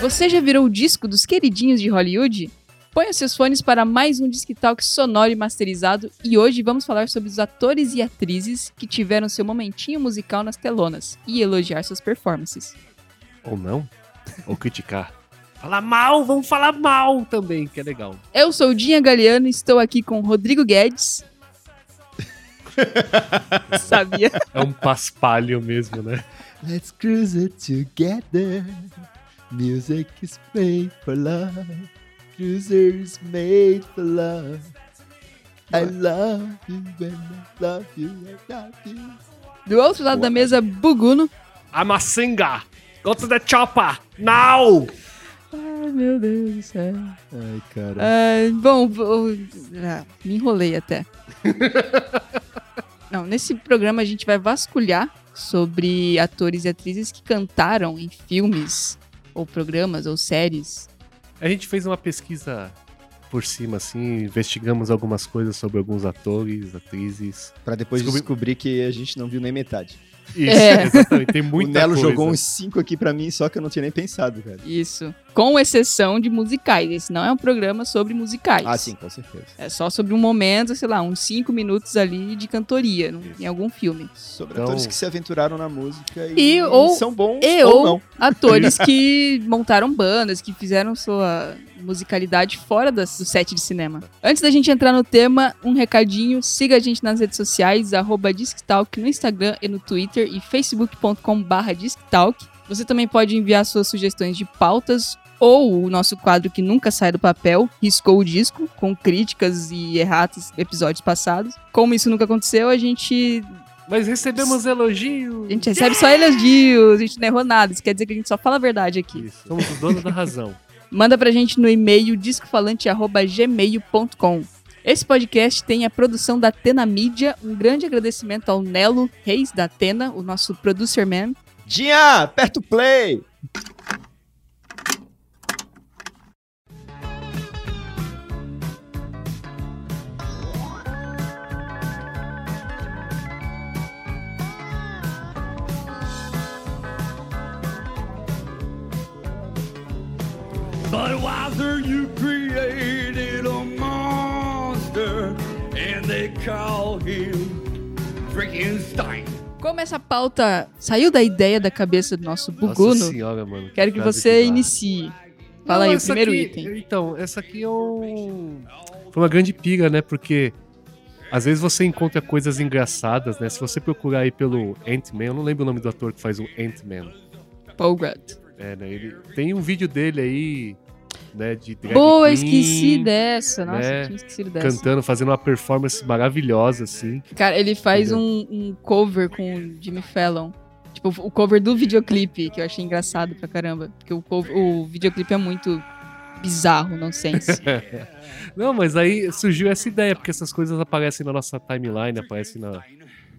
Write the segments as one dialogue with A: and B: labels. A: Você já virou o disco dos queridinhos de Hollywood? Ponha seus fones para mais um Disque Talk sonoro e masterizado e hoje vamos falar sobre os atores e atrizes que tiveram seu momentinho musical nas telonas e elogiar suas performances.
B: Ou não? Ou criticar. Falar mal, vamos falar mal também, que é legal.
A: Eu sou o Dinha Galeano e estou aqui com Rodrigo Guedes. Sabia?
B: É um paspalho mesmo, né?
C: Let's cruise it together. Music is made for love. Cruiser is made for love. I love you and I love you and I love you.
A: Do outro lado da mesa, Buguno.
B: I'm a singer. Go to the chopper. Now!
A: Ai, meu Deus do céu.
C: Ai, cara.
B: É.
A: Ah, bom, vou- ah, me enrolei até. Não, nesse programa a gente vai vasculhar sobre atores e atrizes que cantaram em filmes, ou programas, ou séries.
B: A gente fez uma pesquisa por cima, assim, investigamos algumas coisas sobre alguns atores, atrizes.
C: Pra depois
B: Descobri-
C: descobrir que a gente não viu nem metade.
B: Isso,
A: É.
B: exatamente. Tem
C: o
B: muita
C: Nelo
B: coisa.
C: jogou uns 5 aqui pra mim, só que eu não tinha nem pensado, cara.
A: Isso. Com exceção de musicais. Esse não é um programa sobre musicais.
C: Ah, sim, com certeza.
A: É só sobre um momento, sei lá, uns cinco minutos ali de cantoria num-
B: Isso.
A: em algum filme.
C: Sobre
B: Então-
C: atores que se aventuraram na música e,
A: E ou-
C: são bons
A: e
C: ou
A: ou-
C: não.
A: Atores que montaram bandas, que fizeram sua musicalidade fora das- do set de cinema. Antes da gente entrar no tema, um recadinho. Siga a gente nas redes sociais, arroba DiscTalk no Instagram e no Twitter e facebook.com barra DiscTalk. Você também pode enviar suas sugestões de pautas ou o nosso quadro que nunca sai do papel, Riscou o Disco, com críticas e erratas episódios passados. Como isso nunca aconteceu, a gente
B: Mas recebemos elogios.
A: a gente recebe só elogios, a gente não errou nada. Isso quer dizer que a gente só fala a verdade aqui.
B: Isso. Somos os donos da razão.
A: Manda pra gente no e-mail discofalante.gmail.com. Esse podcast tem a produção da Atena Mídia. Um grande agradecimento ao Nelo Reis da Atena, o nosso producer man.
C: Dinha, aperta o play!
D: Budweiser, you created a monster, and they call him Frankenstein.
A: Como essa pauta saiu da ideia da cabeça do nosso
B: Nossa
A: Buguno,
B: senhora, mano.
A: quero que
B: frase
A: você
B: dá.
A: inicie. Fala
B: Não,
A: aí o
B: essa
A: primeiro
B: aqui-
A: item.
B: Então, essa aqui é um... foi uma grande pira, né? Porque às vezes você encontra coisas engraçadas, né? Se você procurar aí pelo Ant-Man, eu não lembro o nome do ator que faz o Ant-Man.
A: Polgrad.
B: É, né? Ele tem um vídeo dele aí, né? De drag
A: Boa,
B: queen,
A: esqueci dessa. Nossa,
B: né?
A: tinha esquecido dessa.
B: Cantando, fazendo uma performance maravilhosa, assim.
A: Cara, ele faz um, um cover com o Jimmy Fallon. Tipo, o cover do videoclipe, que eu achei engraçado pra caramba. Porque o, cover, o videoclipe é muito bizarro, nonsense.
B: Não, mas aí surgiu essa ideia, porque essas coisas aparecem na nossa timeline, aparecem na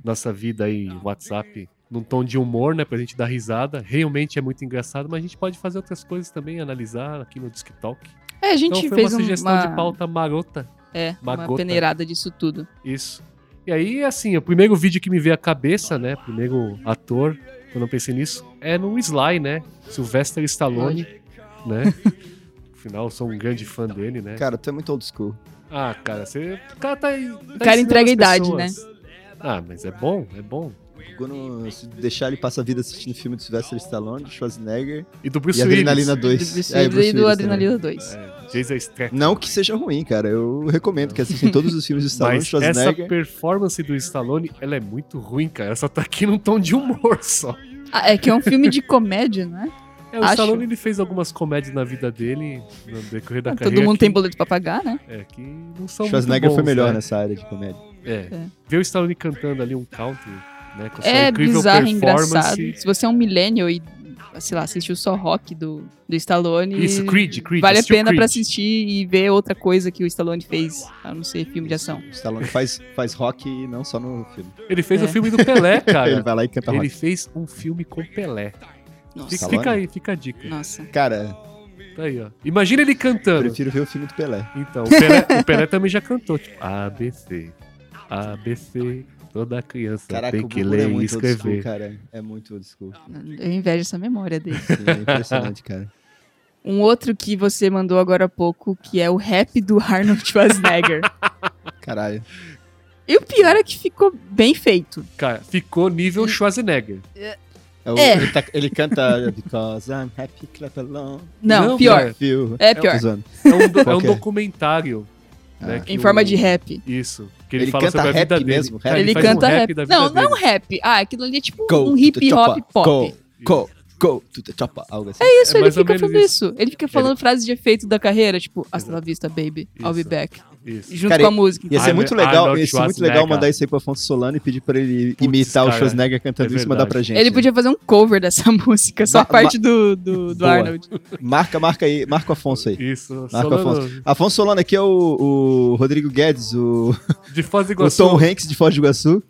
B: nossa vida aí, WhatsApp, num tom de humor, né? Pra gente dar risada. Realmente é muito engraçado, mas a gente pode fazer outras coisas também, analisar aqui no DiskTalk.
A: É, a gente
B: Então foi
A: fez
B: uma
A: um-
B: sugestão
A: uma,
B: de pauta marota.
A: é,
B: uma
A: uma,
B: gota.
A: peneirada disso tudo.
B: Isso. E aí, assim, o primeiro vídeo que me veio à cabeça, né? Primeiro ator, quando eu pensei nisso, é no Sly, né? Sylvester Stallone, né? Afinal, eu sou um grande fã dele, né?
C: Cara, tu é muito old school.
B: Ah, cara, você. O cara tá. O
A: cara entrega a idade,
B: né? Ah, mas é bom, é bom.
C: Quando se deixar ele passa a vida assistindo filme do Sylvester Stallone, de Schwarzenegger
B: E do Bruce
C: e
B: Willis.
C: Adrenalina
A: Do
C: 2.
A: Bruce
C: É,
A: Willis né?
C: Bruce
A: e do
C: Willis
A: Adrenalina 2.
B: É, Jason Statham.
C: também. Não que seja ruim, cara. Eu recomendo que assistam todos os filmes do Stallone,
B: Mas essa
C: Schwarzenegger.
B: performance do Stallone, ela é muito ruim, cara. Ela só tá aqui num tom de humor só.
A: Ah, é que é um filme de comédia, né?
B: É, o
A: Acho.
B: Stallone ele fez algumas comédias na vida dele, no decorrer da carreira.
A: Ah, Todo mundo
B: que,
A: tem boleto pra pagar, né?
B: É, que não são muito
C: Schwarzenegger foi
B: bons,
C: melhor
B: né?
C: nessa área de comédia.
B: É.
A: É.
B: Ver o Stallone cantando ali um country, né? Com sua
A: É
B: incrível
A: bizarro e
B: performance.
A: engraçado. Se você é um millennial e, sei lá, assistiu só rock do, do Stallone...
B: Isso, Creed, Creed.
A: Vale a
B: assistiu
A: pena
B: Creed.
A: pra assistir e ver outra coisa que o Stallone fez, a não ser filme de ação.
C: O Stallone faz, faz rock e não só no filme.
B: Ele fez
A: É.
B: o filme do Pelé,
C: ele
B: cara.
C: vai lá e canta
B: ele
C: rock.
B: fez um filme com Pelé.
C: Tá
B: Fica,
A: Nossa.
C: Stallone?
B: fica aí, fica a dica.
A: Nossa.
C: Cara,
B: Tá aí, ó. Imagina ele
C: eu
B: cantando.
C: prefiro ver o filme do Pelé.
B: Então, o Pelé, o Pelé também já cantou. Tipo, ABC, ABC, toda criança
C: Caraca,
B: tem
C: o
B: que
C: Bubu é
B: ler e
C: muito old school,
B: escrever.
C: cara. É muito old school.
A: Eu invejo essa memória dele.
C: Sim, é impressionante, cara.
A: Um outro que você mandou agora há pouco, que é o rap do Arnold Schwarzenegger.
C: Caralho.
A: e o pior é que ficou bem feito.
B: Cara, ficou nível Schwarzenegger.
C: É o-
A: É.
C: Ele, tá- ele canta Because I'm happy, clap along.
A: Não,
B: Não,
A: pior.
B: cara.
C: Feel.
A: É pior.
C: Tô zoando.
B: É um, do- é um
C: Ok.
B: documentário. né,
C: Ah.
B: que
A: Em
B: o-
A: forma de rap.
B: Isso. Que ele,
C: Ele
B: fala
C: canta
B: sobre a
C: rap
B: vida dele.
C: mesmo, rap.
B: Cara,
A: ele
B: faz um
A: canta rap.
B: da vida
A: Não, não é um
B: dele.
A: rap. Ah, aquilo ali é tipo um
C: to the
A: hip hop
C: chopper,
A: pop.
C: Go, go, go to the chopper. Algo assim.
A: É isso,
B: É
A: ele
B: mais ou
A: fica
B: menos
A: falando isso. Ele fica falando frases de efeito da carreira, tipo, hasta
B: Exato.
A: la vista, baby, I'll be
B: Isso.
A: back.
B: Isso.
A: Junto
C: Cara,
A: com a música.
C: Ia ser
B: Arnold-
C: muito legal,
B: Arnold
C: ia ser muito legal
B: Schwarzenegger.
C: mandar isso aí pro Afonso Solano e pedir pra ele
B: Putz,
C: imitar o
B: cara,
C: Schwarzenegger cantando
B: é
C: isso e mandar
B: verdade.
C: pra gente.
A: Ele podia fazer um cover dessa música, só a
C: Ma-
A: parte do, do, do
C: Boa.
A: Arnold.
C: Marca, marca aí, marca o Afonso aí.
B: Isso.
C: Marca o Afonso.
B: Solano,
C: Afonso Solano aqui é o, o Rodrigo Guedes, o,
B: de Foz do
C: o
B: Iguaçu.
C: Tom Hanks de Foz do Iguaçu,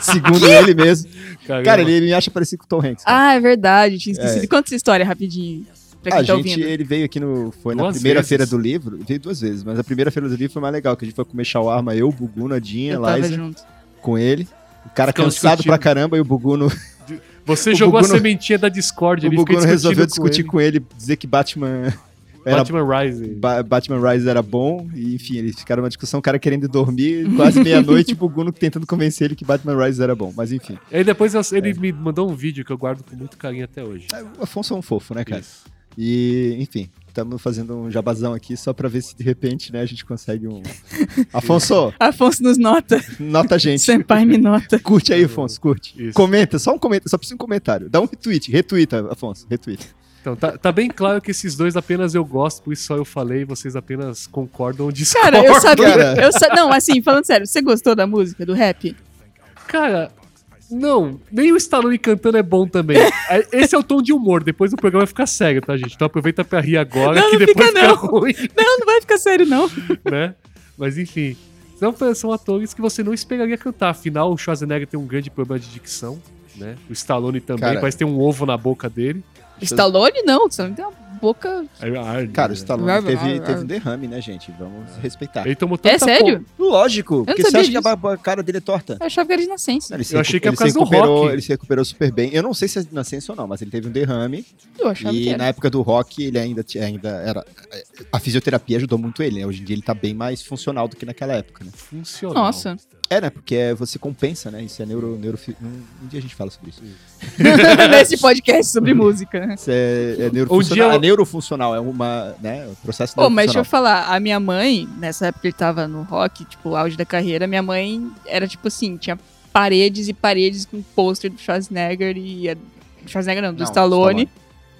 C: segundo ele mesmo.
B: Caramba.
C: Cara, ele me acha parecido com o Tom Hanks. cara.
A: Ah, é verdade, tinha esquecido.
C: É.
A: Conta essa história rapidinho, pra quem
C: a
A: tá
C: gente,
A: ouvindo.
C: ele veio aqui no. Foi na
B: Duas
C: primeira
B: vezes.
C: feira do livro. Veio duas vezes, mas a primeira feira do livro foi mais legal, que a gente foi comer shawarma, eu, Bugu, Nadinha,
A: Eu tava
C: Liza,
A: junto.
C: com ele. O cara
B: Ficamos
C: cansado
B: discutindo.
C: pra caramba e o Bugu no,
B: Você
C: o
B: jogou
C: Gugu
B: a
C: não-
B: sementinha da Discord
C: o
B: ali,
C: Bugu
B: ficou
C: não
B: discutindo
C: resolveu
B: com
C: discutir
B: ele.
C: com ele. dizer que Batman era
B: Batman Rising.
C: Ba- Batman Rise era bom, e enfim, eles ficaram numa discussão, o cara querendo dormir, quase meia-noite, tipo, o Guno tentando convencer ele que Batman Rise era bom, mas enfim.
B: Aí depois eu- ele me mandou um vídeo que eu guardo com muito carinho até hoje.
C: O Afonso é um fofo, né, cara?
B: Isso.
C: E, enfim, estamos fazendo um jabazão aqui só pra ver se de repente, né, a gente consegue um. Afonso,
A: Afonso nos nota,
C: nota a gente.
A: Senpai me nota.
C: Curte aí, Afonso, curte.
B: Isso.
C: Comenta, só um comentário, só precisa um comentário. Dá um retweet, retweeta, Afonso, retweet.
B: Então, tá, tá bem claro que esses dois apenas eu gosto, por isso só eu falei, vocês apenas concordam ou discordam.
A: Cara, eu sabia.
C: cara.
A: Eu sa- não, assim, falando sério, você gostou da música, do rap?
B: Cara, não, nem o Stallone cantando é bom também. É, Esse é o tom de humor, depois o programa vai ficar sério, tá, gente? Então aproveita pra rir agora,
A: Não,
B: que
A: não
B: depois
A: fica
B: fica,
A: não.
B: ruim,
A: Não, não vai ficar sério, não.
B: né? Mas enfim, são, são atores que você não esperaria cantar, afinal o Schwarzenegger tem um grande problema de dicção, né? O Stallone também,
C: Cara.
B: parece ter um ovo na boca dele.
A: Stallone, não. Stallone tem uma boca...
C: Cara, o
B: Stallone.
C: Stallone
A: Vai, vai,
C: teve,
A: vai.
C: teve um derrame, né, gente? Vamos respeitar.
B: Ele tomou tanta
A: É
C: tá
A: sério?
C: Lógico, porque você
A: sabia
C: acha que a
A: disso.
C: barba- a cara dele é torta.
A: Eu achava que era de nascença.
C: Ele se
B: Eu achei
C: recu-
B: que era
C: ele
B: por causa
C: se
B: do
C: recuperou,
B: rock.
C: Ele se recuperou super bem. Eu não sei se é nascença ou não, mas ele teve um derrame.
A: Eu achava que
C: e
A: era.
C: na época do rock, ele ainda, ti- ainda era. A fisioterapia ajudou muito ele, né? Hoje em dia ele tá bem mais funcional do que naquela época, né?
B: Funcional.
A: Nossa.
C: É, né? Porque é- você compensa, né? Isso é neuro. neuro um, um dia a gente fala sobre isso.
A: Nesse podcast sobre música.
C: Isso é, é neurofuncional.
B: dia eu-
C: É neurofuncional, é uma. Né, um processo
A: Pô, mas deixa eu
C: neurofuncional.
A: falar, a minha mãe, nessa época que ele tava no rock, tipo, auge da carreira, minha mãe era tipo assim, tinha paredes e paredes com pôster do Schwarzenegger e... do Schwarzenegger não, do
C: Não,
A: Stallone,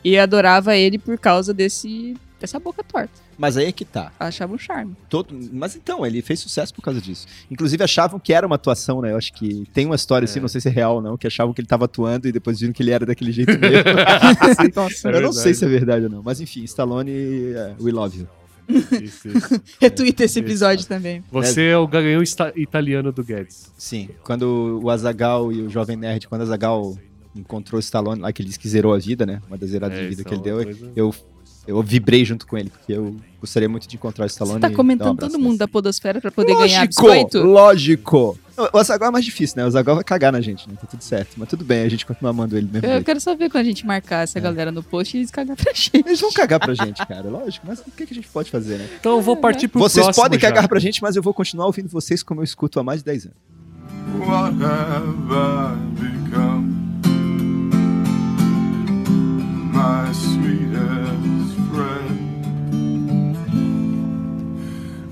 A: E adorava ele por causa desse... dessa boca torta.
C: Mas aí é que tá.
A: Ela achava um charme.
C: Todo... Mas então, ele fez sucesso por causa disso. Inclusive, achavam que era uma atuação, né? Eu acho que tem uma história assim, não sei se é real ou não, que achavam que ele tava atuando e depois viram que ele era daquele jeito mesmo.
A: Nossa.
B: É
C: eu não
B: verdade.
C: sei se é verdade ou não, mas enfim, Stallone, é, we love you.
B: Isso, isso.
A: Retuita esse episódio também.
B: Você é o ganhão esta- italiano do Guedes.
C: Sim, quando o Azagal e o Jovem Nerd, quando o Azagal encontrou o Stallone lá, que ele disse que zerou a vida, né? Uma das zeradas
B: É,
C: de vida
B: isso
C: que
B: é
C: ele
B: uma
C: deu,
B: coisa-
C: eu, eu vibrei junto com ele, porque eu gostaria muito de encontrar o Stallone.
A: Você tá
C: e dar um
A: comentando
C: abraço
A: todo mundo
C: nele.
A: da podosfera pra poder ganhar
C: Lógico,
A: biscoito?
C: lógico. O Azagal é mais difícil, né? O Azagal vai cagar na gente, né? Tá tudo certo. Mas tudo bem, a gente continua amando ele do mesmo.
A: Eu
C: jeito.
A: quero saber quando a gente marcar
C: É.
A: essa galera no post e eles cagar pra gente.
C: Eles vão cagar pra gente, cara, lógico. Mas o que, que a gente pode fazer, né?
B: Então eu vou partir pro
C: vocês
B: próximo
C: podem
B: já.
C: cagar pra gente, mas eu vou continuar ouvindo vocês como eu escuto há mais de 10 anos.
E: What have I become? My sweetest friend.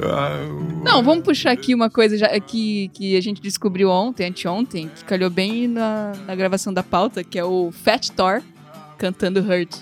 E: I
A: Não, vamos puxar aqui uma coisa já, que, que a gente descobriu ontem, anteontem, que calhou bem na, na gravação da pauta, que é o Fat Thor cantando Hurt.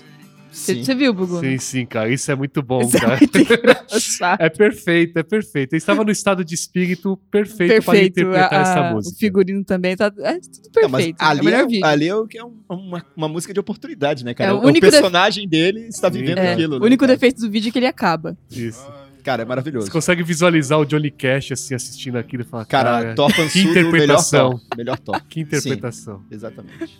A: Você
C: Sim.
A: você viu, Bugu?
B: Sim, sim, cara. Isso é muito bom,
A: Isso é
B: cara.
A: muito engraçado.
B: É perfeito, é perfeito. Eu estava no estado de espírito perfeito, para
A: Perfeito.
B: interpretar
A: a-
B: essa
A: a-
B: música.
A: O figurino também tá. É tudo
C: Não, mas
A: perfeito. é o
C: ali
A: melhor
C: um-
A: vídeo.
C: ali é, o que é um- uma, uma música de oportunidade, né, cara?
A: É,
C: É
A: o
C: o,
A: único
C: personagem dele está vivendo
A: É,
C: aquilo.
A: o único
C: né, cara?
A: defeito do vídeo é que ele acaba.
B: Isso.
C: Cara, é
B: Você
C: maravilhoso.
B: consegue visualizar o Johnny Cash assim assistindo aquilo e falar, cara,
C: Cara, Thor Pan
B: que
C: Sudo, melhor
B: interpretação.
C: Thor. Melhor Thor.
B: que interpretação.
C: Exatamente.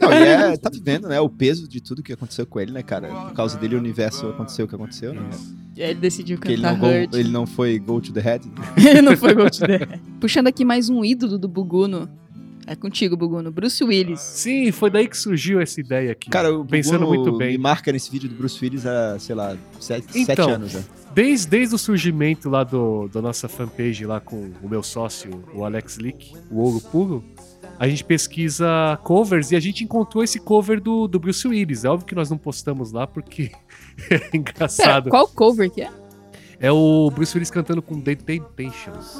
C: Não, e é, tá vivendo, né? O peso de tudo que aconteceu com ele, né, cara? Por causa dele, o universo aconteceu o que aconteceu, né? cara?
A: E aí ele decidiu
C: Porque ele
A: cantar
C: não, go-
A: Tá Hurt.
C: ele não foi Go to the Head.
A: Ele não foi Gold Puxando aqui mais um ídolo do Buguno, É contigo, Buguno. Bruce Willis.
B: Sim, foi daí que surgiu essa ideia aqui.
C: Cara, o
B: Pensando
C: Bruno
B: muito bem.
C: me marca nesse vídeo do Bruce Willis há, sei lá, sete,
B: Então.
C: sete anos já.
B: Desde, desde o surgimento lá do, da nossa fanpage lá com o meu sócio, o Alex Lick, o Ouro Puro, a gente pesquisa covers e a gente encontrou esse cover do, do Bruce Willis. É óbvio que nós não postamos lá porque é
A: Pera,
B: engraçado.
A: qual cover que é?
B: É o Bruce Willis cantando com The Temptations.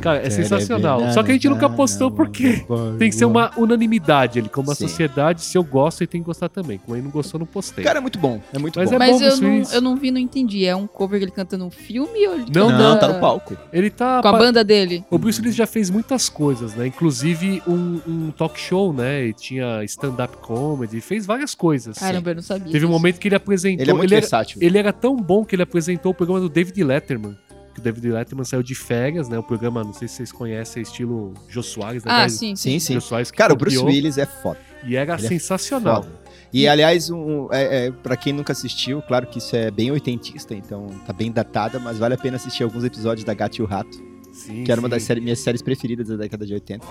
B: Cara, é sensacional. Só que a gente nunca postou porque tem que ser uma unanimidade ali. Como a
C: Sim.
B: sociedade, se eu gosto, ele tem que gostar também. Como ele não gostou, não postei.
C: Cara, é muito bom. É muito
B: Mas
C: bom.
B: é-
A: Mas
B: bom,
A: eu,
B: Bruce
A: não,
B: Willis.
A: eu não vi, não entendi. É um cover que ele canta num filme ou ele
B: Não,
A: canta
C: Não, tá no palco.
B: ele tá.
A: Com a
B: pa-
A: banda dele?
B: O Bruce Willis já fez muitas coisas, né? Inclusive um, um talk show, né? E tinha stand-up comedy, fez várias coisas.
A: Caramba, eu não sabia.
B: Teve um
A: disso.
B: momento que ele apresentou.
C: Ele é muito
B: Então, ele, era,
C: versátil.
B: ele era tão bom que ele apresentou o programa do David Letterman. Que o David Letterman saiu de férias, né? O programa, não sei se vocês conhecem, é estilo Jô Soares, né?
A: Ah,
B: Mas
A: sim, sim.
C: Sim, sim.
B: Jô Soares que
C: Cara, o Bruce
B: copiou,
C: Willis é foda.
B: E era
C: ele é
B: sensacional.
C: foda. E, aliás, um, é, é, pra quem nunca assistiu, claro que isso é bem oitentista, então tá bem datada, mas vale a pena assistir alguns episódios da Gato e o Rato,
B: Sim,
C: que era uma
B: sim.
C: das séries- minhas séries preferidas da década de 80.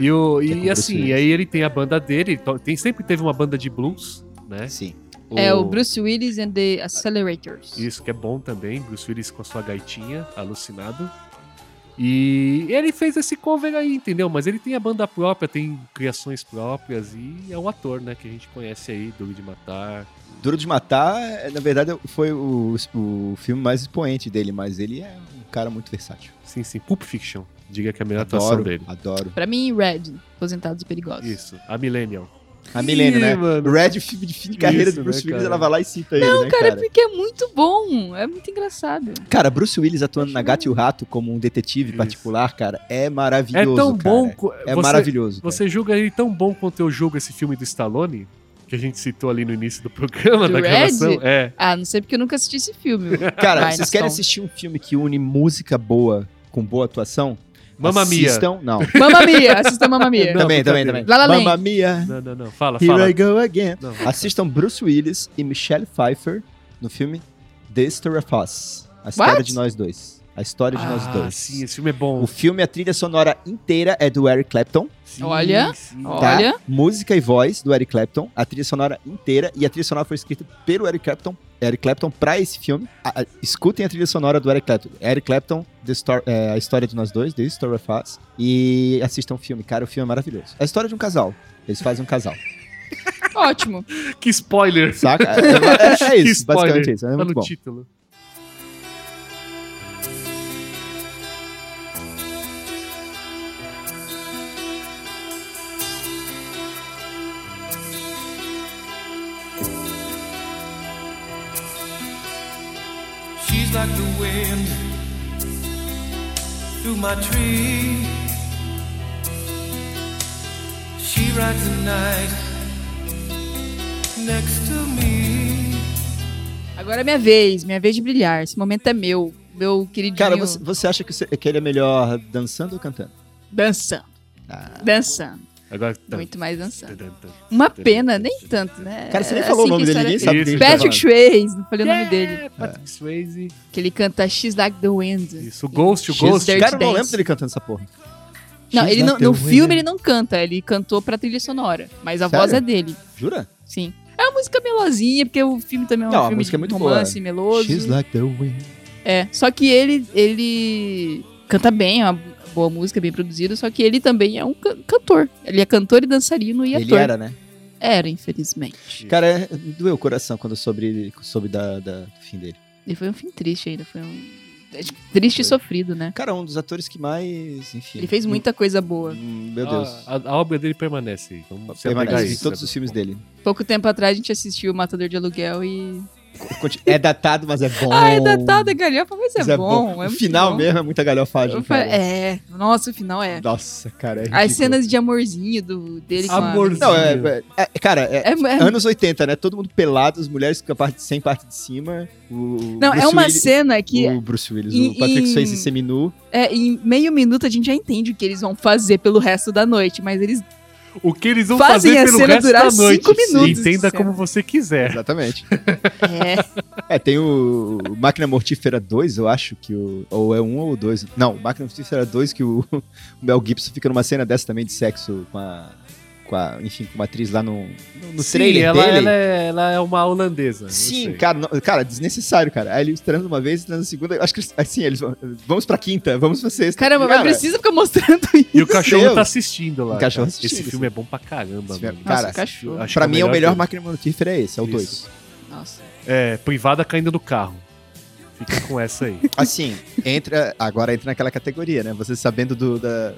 B: E, o,
C: Que é com
B: e
C: o Bruce
B: assim,
C: Willis.
B: aí ele tem a banda dele, ele to- tem, sempre teve uma banda de blues, né?
C: Sim.
A: É o Bruce Willis and the Accelerators.
B: Isso, que é bom também. Bruce Willis com a sua gaitinha, alucinado. E ele fez esse cover aí, entendeu? Mas ele tem a banda própria, tem criações próprias e é um ator, né? Que a gente conhece aí, Duro de Matar.
C: Duro de Matar, é, na verdade, foi o, o filme mais expoente dele, mas ele é um cara muito versátil.
B: Sim, sim, Pulp Fiction. Diga que é a melhor atuação
C: Adoro,
B: dele.
C: adoro.
A: Pra mim, Red, Aposentados e Perigosos.
B: Isso, a Millennium.
C: A Milênio,
B: Ih,
C: né?
B: mano.
C: Red, filme de fim de carreira
B: Isso,
C: do Bruce
B: né,
C: Willis,
B: cara?
C: ela vai lá e cita ele,
A: Cara,
C: né, cara?
A: é porque é muito bom. É muito engraçado.
C: Cara, Bruce Willis atuando na Gato e o Rato como um detetive
B: Isso.
C: particular, cara, é
B: É
C: maravilhoso.
B: tão
C: cara.
B: bom. co-
C: É
B: você-
C: maravilhoso. cara.
B: Você julga ele tão bom quanto eu julgo esse filme do Stallone? Que a gente citou ali no início do programa,
A: Do
B: da
A: Red?
B: gravação. É.
A: Ah, não sei porque eu nunca assisti esse filme.
C: Cara,
A: Vai,
C: vocês
A: Nação.
C: querem assistir um filme que une música boa com boa atuação?
B: Mamma Mia.
C: Assistam, não.
A: Mamma Mia, assista Mamma Mia.
B: Não.
C: também, também,
B: brincadeira.
C: também.
A: La La Land.
C: Mamma Mia,
B: Não, não, não. Fala,
C: here
B: fala.
C: I go again.
B: Não.
C: Assistam Bruce Willis e Michelle Pfeiffer no filme The Story of Us. A história
A: What?
C: de nós dois. A história de nós dois.
B: Sim, esse filme é bom.
C: O filme, a trilha sonora inteira é do Eric Clapton,
B: Sim,
A: Olha,
B: sim.
A: ó.
C: tá?
A: Olha.
C: Música e voz do Eric Clapton, a trilha sonora inteira, e a trilha sonora foi escrita pelo Eric Clapton, Eric Clapton pra esse filme. A- a- escutem a trilha sonora do Eric Clapton. Eric Clapton, The Stor- é, A História de Nós Dois, The Story of Us, e assistam o filme, cara, o filme é maravilhoso. É a história de um casal, eles fazem um casal,
A: Ótimo.
B: Que spoiler!
C: saca? É, é- é
B: Que
C: isso,
B: spoiler.
C: basicamente isso, é
B: tá
C: muito
B: no
C: bom.
B: título.
F: She's like the wind through my tree. She rides the night next to me.
A: Agora é minha vez, minha vez de brilhar. Esse momento é meu, meu queridinho.
C: Cara, você, você acha que, você- que ele é melhor dançando ou cantando?
A: Dançando,
C: Ah.
A: dançando.
B: Agora tá.
A: Muito mais dançando.
B: Tá, tá, tá.
A: Uma pena, nem tanto, né?
C: Cara, você nem
A: É
C: falou
A: assim
C: o nome
A: que a
C: dele, ninguém
A: história- é
C: sabe
B: Isso,
C: quem
B: Patrick
C: tá falando.
A: Patrick Swayze, não falei o nome dele.
B: É, Patrick Swayze.
A: Que ele canta She's Like the Wind.
B: Isso, o Ghost, o
A: Jesus.
B: Ghost.
A: Dirty
C: Cara, eu não
A: Dance.
C: lembro dele cantando essa porra.
A: Não,
C: She's
A: ele
C: Like
A: não,
C: the
A: no
C: Wind.
A: filme ele não canta, ele cantou pra trilha sonora. Mas a
C: Sério?
A: voz é dele,
C: Jura?
A: sim. É uma música melosinha, porque o filme também é um
C: Não, a
A: filme
C: música
A: de
C: é muito boa.
A: romance, meloso.
C: She's like the wind.
A: É, só que ele, ele canta bem, é uma boa música, bem produzida, só que ele também é um can- cantor. Ele é cantor e dançarino e
C: Ele
A: ator.
C: era, né?
A: Era, infelizmente.
C: Cara, é- me doeu o coração quando eu soube, soube da, da- do fim dele.
A: E foi um fim triste ainda, foi um... é, tipo, Triste e sofrido, né?
C: Cara, um dos atores que mais, enfim...
A: Ele fez muita coisa boa.
C: Hum, Meu Deus.
B: A, Ah, a- a obra dele permanece. Vamos se apegar a
C: Permanece em
B: isso,
C: todos
B: né?
C: os filmes dele.
A: Pouco tempo atrás a gente assistiu O Matador de Aluguel e
C: Conti- É datado, mas é bom.
A: Ah, é datada, galhofa, mas é,
C: Mas
A: bom. É
C: o
A: muito
C: final
A: bom.
C: mesmo é muita galhofagem,
A: Eu falei,
C: cara.
A: é, nossa, o final é.
C: Nossa, cara. É
A: As
C: ridículo.
A: cenas de amorzinho do, dele
B: Amorzinho.
C: Não, é, é- é- Cara, é,
A: com a... É, é-
C: anos 80, né? Todo mundo pelado, as mulheres com a parte, sem parte de cima. O, o
A: não, é
C: Bruce
A: uma
C: Willis-
A: cena que
C: O Bruce Willis,
A: em-
C: o Patrick
A: em-
C: Swayze seminu.
A: é, em meio minuto a gente já entende o que eles vão fazer pelo resto da noite, mas eles
B: O que eles vão
A: Fazem
B: fazer
A: a
B: pelo
A: cena
B: resto
A: durar
B: da noite.
A: cinco minutos é. de
B: Entenda
A: cena.
B: como você quiser.
C: Exatamente.
A: é,
C: É, tem o o Máquina Mortífera 2, eu acho que o. Ou é um ou o dois. Não, o Máquina Mortífera 2 que o, o Mel Gibson fica numa cena dessa também de sexo com a. Com a enfim, com uma atriz lá no, no, no
B: Sim,
C: trailer
B: ela,
C: dele.
B: ela é, ela é uma holandesa. eu
C: Sim,
B: sei.
C: cara, não- cara, desnecessário, cara. Aí eles transam uma vez, transam a segunda. eu Acho que eles- assim, eles vão. Vamos pra quinta, vamos pra sexta.
A: caramba, mas
C: Cara,
A: precisa ficar mostrando isso.
B: E o cachorro
C: Deus.
B: tá assistindo lá.
C: O cachorro tá
B: cara.
C: assistindo,
B: Esse filme é bom pra caramba,
C: Esse
B: mano.
C: filme- cara,
A: Nossa, cachorro.
B: acho que
C: Pra mim é o melhor
B: dele.
C: Máquina Mortífera é esse, é o
B: Isso.
C: 2.
A: Nossa.
B: É, privada caindo do carro. Fica com essa aí.
C: Assim, entra. Agora entra naquela categoria, né? Você sabendo do, da-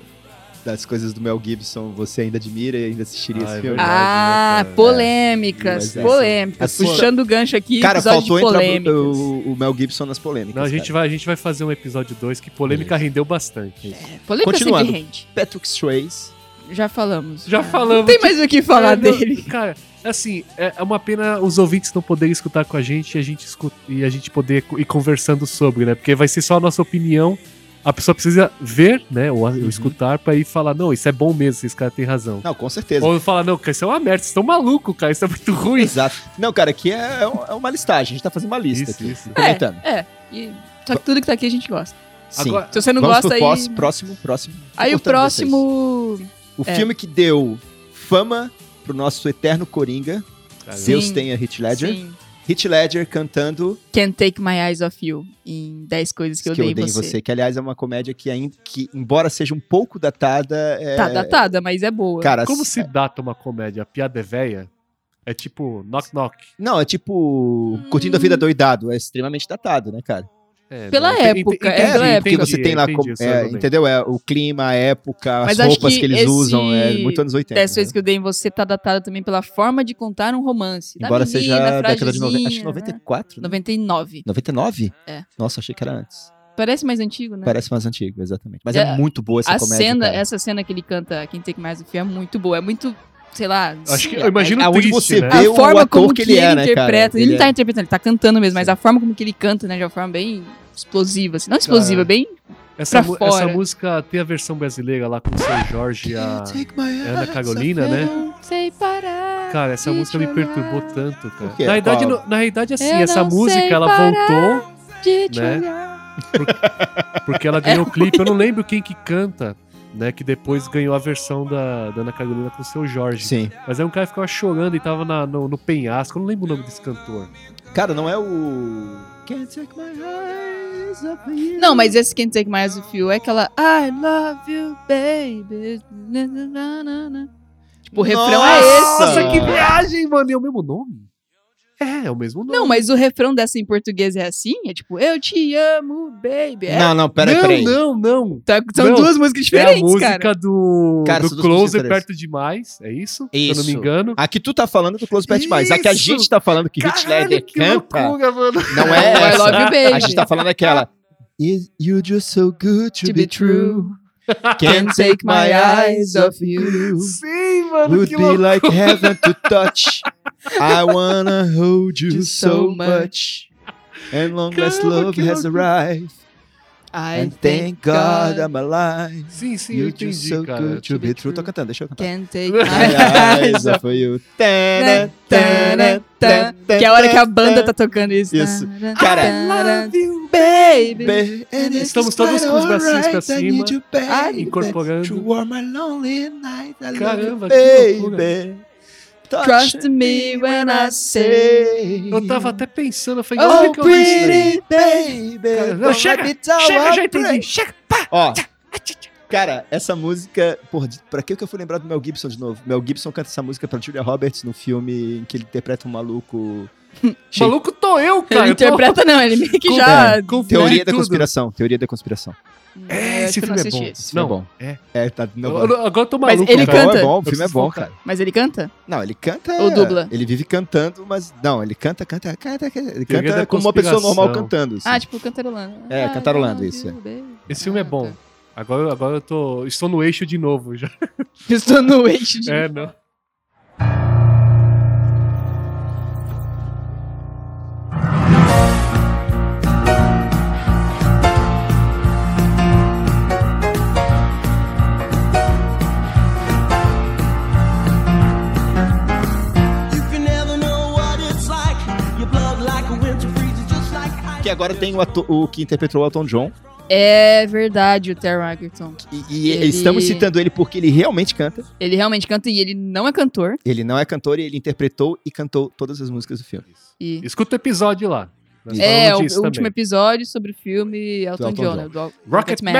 C: das coisas do Mel Gibson, você ainda admira e ainda assistiria
B: Ah,
C: esse
B: é
C: filme.
B: verdade.
A: Ah,
B: né, cara?
A: polêmicas,
C: É. Mas é,
A: polêmicas.
C: assim,
A: Puxando o gancho aqui,
C: Cara,
A: episódio
C: faltou
A: de
C: entrar
A: polêmicas.
C: o, o Mel Gibson nas polêmicas.
B: Não, a gente,
C: cara.
B: vai, a gente vai fazer um episódio 2 que polêmica rendeu bastante.
A: Polêmica
C: Continuando.
A: sempre rende.
C: Patrick Swayze.
A: Já falamos. É.
B: Já falamos.
A: Não tem mais o que falar
B: É, não,
A: dele.
B: Cara, assim, é é uma pena os ouvintes não poderem escutar com a gente e a gente, escu- e a gente poder co- ir conversando sobre, né? Porque vai ser só a nossa opinião. A pessoa precisa ver, né? Ou, a- ou escutar pra ir falar, não, isso é bom mesmo, esses caras têm razão.
C: Não, com certeza.
B: Ou falar, não, cara, isso é uma merda, vocês estão malucos, cara, isso é muito ruim.
C: Exato. Não, cara, aqui é, é um- é uma listagem. A gente tá fazendo uma lista
B: Isso,
C: aqui.
B: isso.
C: Comentando.
A: É, e- só que tudo que tá aqui a gente gosta.
C: Sim.
B: Agora-
A: Se você não
C: Vamos
A: gosta,
C: pro
A: aí...
C: pós- próximo, próximo.
A: Aí o
C: Contando
A: próximo... é.
C: vocês. O filme que deu fama pro nosso eterno Coringa,
B: Cara,
A: Sim.
C: Deus tenha Heath Ledger.
A: Sim.
C: Heath Ledger cantando
A: Can't Take My Eyes Off You, em 10 coisas que eu,
C: Que Eu
A: dei
C: Odeio em Você, que aliás é uma comédia que, ainda, que embora seja um pouco datada... É...
A: Tá datada, mas é boa.
C: Cara,
B: Como
C: s-
B: se data uma comédia? A piada é véia? É tipo, knock knock.
C: Não, é tipo... Curtindo a Vida
A: Hum.
C: Doidado. É extremamente datado, né, cara?
B: É,
A: Pela
B: não, ente- ente-
A: época, é
B: entendi,
A: pela
C: É,
A: época.
C: porque
B: entendi,
C: você tem lá,
B: entendi,
C: como-
B: isso
C: é,
B: eu também.
C: entendeu? É, o clima, a época,
A: Mas
C: as
A: acho
C: roupas que,
A: que
C: eles
A: esse-
C: usam, é muito anos 80.
A: 10
C: né?
A: coisas que eu dei em você tá datada também pela forma de contar um romance. Da
C: Embora
A: menina,
C: seja a década de 90,
A: frasezinha,
C: acho que 94, né?
A: 99.
C: 99?
A: É.
C: Nossa, achei que era antes.
A: Parece mais antigo, né?
C: Parece mais antigo, exatamente. Mas é,
A: É,
C: muito boa essa
A: a
C: comédia.
A: cena, é
C: cara.
A: essa cena que ele canta Quem Take My Eyes Off You é muito boa. É muito, sei lá...
B: Acho que, eu imagino
C: É onde
B: triste,
C: você
B: né?
C: vê-
A: a
C: Vê o
A: forma
C: ator
A: como
C: que
A: que
C: ele
A: ele,
C: é, né, cara?
A: interpreta. Ele,
C: Ele
A: não tá
C: é.
A: interpretando, ele tá cantando mesmo, mas
C: Sim.
A: a forma como que ele canta, né, de uma forma bem explosiva, assim. Não
B: Cara.
A: explosiva, bem...
B: Essa,
A: pra
B: mu-
A: fora.
B: essa música tem a versão brasileira lá com o seu Jorge e a
C: Take my
B: Ana
C: hands
B: Carolina,
C: off
B: né?
C: you.
A: Sei parar.
B: Cara, essa
A: de
B: música me
A: te
B: perturbou
A: olhar,
B: tanto, cara.
C: Por quê?
B: Na realidade,
C: Qual?
B: no- na realidade assim,
A: Eu
B: essa
A: não sei
B: música ela
A: parar.
B: voltou
A: de te
B: né?
A: olhar.
B: porque ela ganhou o clipe. Eu não lembro quem que canta, né? Que depois ganhou a versão da, da Ana Carolina com o seu Jorge.
C: Sim.
B: Mas aí um cara ficava chorando e tava na- no, no penhasco. Eu não lembro o nome desse cantor.
C: Cara, não é o. Can't take my eyes off you.
A: Não, mas esse Can't Take My Eyes Off You é aquela I love you, baby. Na, na, na, na, na. Tipo, o refrão é esse.
C: Nossa,
B: que viagem, mano! E é o mesmo nome? É, é o mesmo nome.
A: Não, mas o refrão dessa em português é assim? É tipo, eu te amo, baby. É,
C: Não, não, peraí,
B: não,
C: peraí.
B: não, não.
A: tá- são
B: não.
A: duas músicas
B: É a
A: diferentes,
B: música
A: cara.
B: do,
C: Cara,
B: do
C: são duas músicas
B: Closer
C: diferentes.
B: Perto Demais, é isso? Se eu não
C: Isso.
B: me engano.
C: A que tu tá falando é do Close Pet Mais. A que a
B: Isso!
C: gente tá falando que Hit Ledger canta
B: mano.
C: não é
A: I love
C: essa.
A: you, baby.
C: A gente tá falando aquela. Is you just so good to, be true? Can't take my eyes off you.
B: Sim, mano,
C: Would
B: que
C: be
B: louco.
C: like heaven to touch. I wanna hold you
A: Just
C: so
A: so
C: much. And long as
B: Caramba,
C: love
B: que
C: has
B: louco.
C: arrived.
A: I
C: And thank God I'm alive.
B: Sim, sim, eu
C: You're
B: entendi,
C: just so
B: cara.
C: good to
A: To
C: be
A: be
C: true. Tô
A: true.
C: cantando, deixa eu cantar. Né,
A: Can't take
C: My
A: my
C: eyes
A: eyes
C: are
A: off
C: for you. Tana, tana,
A: Tana,
C: tana,
A: Que é a hora que a
C: tana,
A: banda tá tocando isso.
C: Isso.
A: Tararan,
C: Cara.
A: tararan, Baby.
C: tana. And it's
B: Estamos todos com os
C: quite
B: bracinhos pra
C: alright, I
B: cima,
C: need you, baby,
B: incorporando.
C: to warm my lonely night. I love
B: Caramba,
C: you,
B: que loucura.
C: baby. Touch
A: Trust me when I say.
B: Eu tava até pensando, eu falei,
A: Oh,
B: onde é que eu vi isso daí?
C: Pretty baby,
B: Cara, não,
C: don't
B: chega,
C: let me down,
B: Chega, já
C: I'll break.
B: entendi. Chega.
C: Ó, cara, essa música, porra, de- pra que que eu fui lembrar do Mel Gibson de novo? Mel Gibson canta essa música pra Julia Roberts no filme em que ele interpreta um maluco
B: O Maluco tô eu,
A: Ele
B: cara. eu tô-
A: interpreta, não, ele meio que
B: Com-
A: já.
B: é, com-
C: Teoria
B: de
C: da
B: tudo.
C: conspiração, teoria da conspiração.
B: É,
A: acho
B: esse
A: que
B: filme
A: eu não
B: é bom.
A: assisti esse.
C: Esse filme
B: Não.
C: é bom.
B: é.
C: É, tá, não,
B: Eu- eu- agora eu tô
A: Mas
B: maluco.
A: ele
C: o
B: cara.
C: filme
A: canta.
C: é bom,
B: Eu
C: o filme é
B: preciso
C: bom,
B: focar.
C: cara.
A: Mas ele canta?
C: Não, ele canta.
A: Ou dubla?
C: Ele vive cantando, mas. Não, ele canta, canta, canta. canta. Ele
B: Teoria
C: canta
B: da
C: como uma pessoa
B: conspiração.
C: normal cantando. assim.
A: Ah, tipo, cantarolando.
C: É,
A: Ah,
C: cantarolando,
A: meu
C: isso, é.
A: Deus.
B: Esse filme é
A: Ah,
B: bom.
A: tá.
B: Agora, agora eu tô. Estou no eixo de novo já.
A: Estou no eixo de.
B: É, não.
G: You can never know what it's like. Your blood like a winter freezes just like ice.
C: Que agora tem o, ator- o que interpretou o Elton John.
A: É verdade, o Terry Egerton.
C: E, e
A: Ele-
C: estamos citando ele porque ele realmente canta.
A: Ele realmente canta e ele não é cantor.
C: Ele não é cantor e ele interpretou e cantou todas as músicas do filme.
A: E...
B: Escuta o episódio lá. Nós
A: É, o,
B: falamos disso
A: o último
B: também.
A: episódio sobre o filme Elton,
C: Elton
A: John,
C: John.
A: né? Do
B: Rocketman!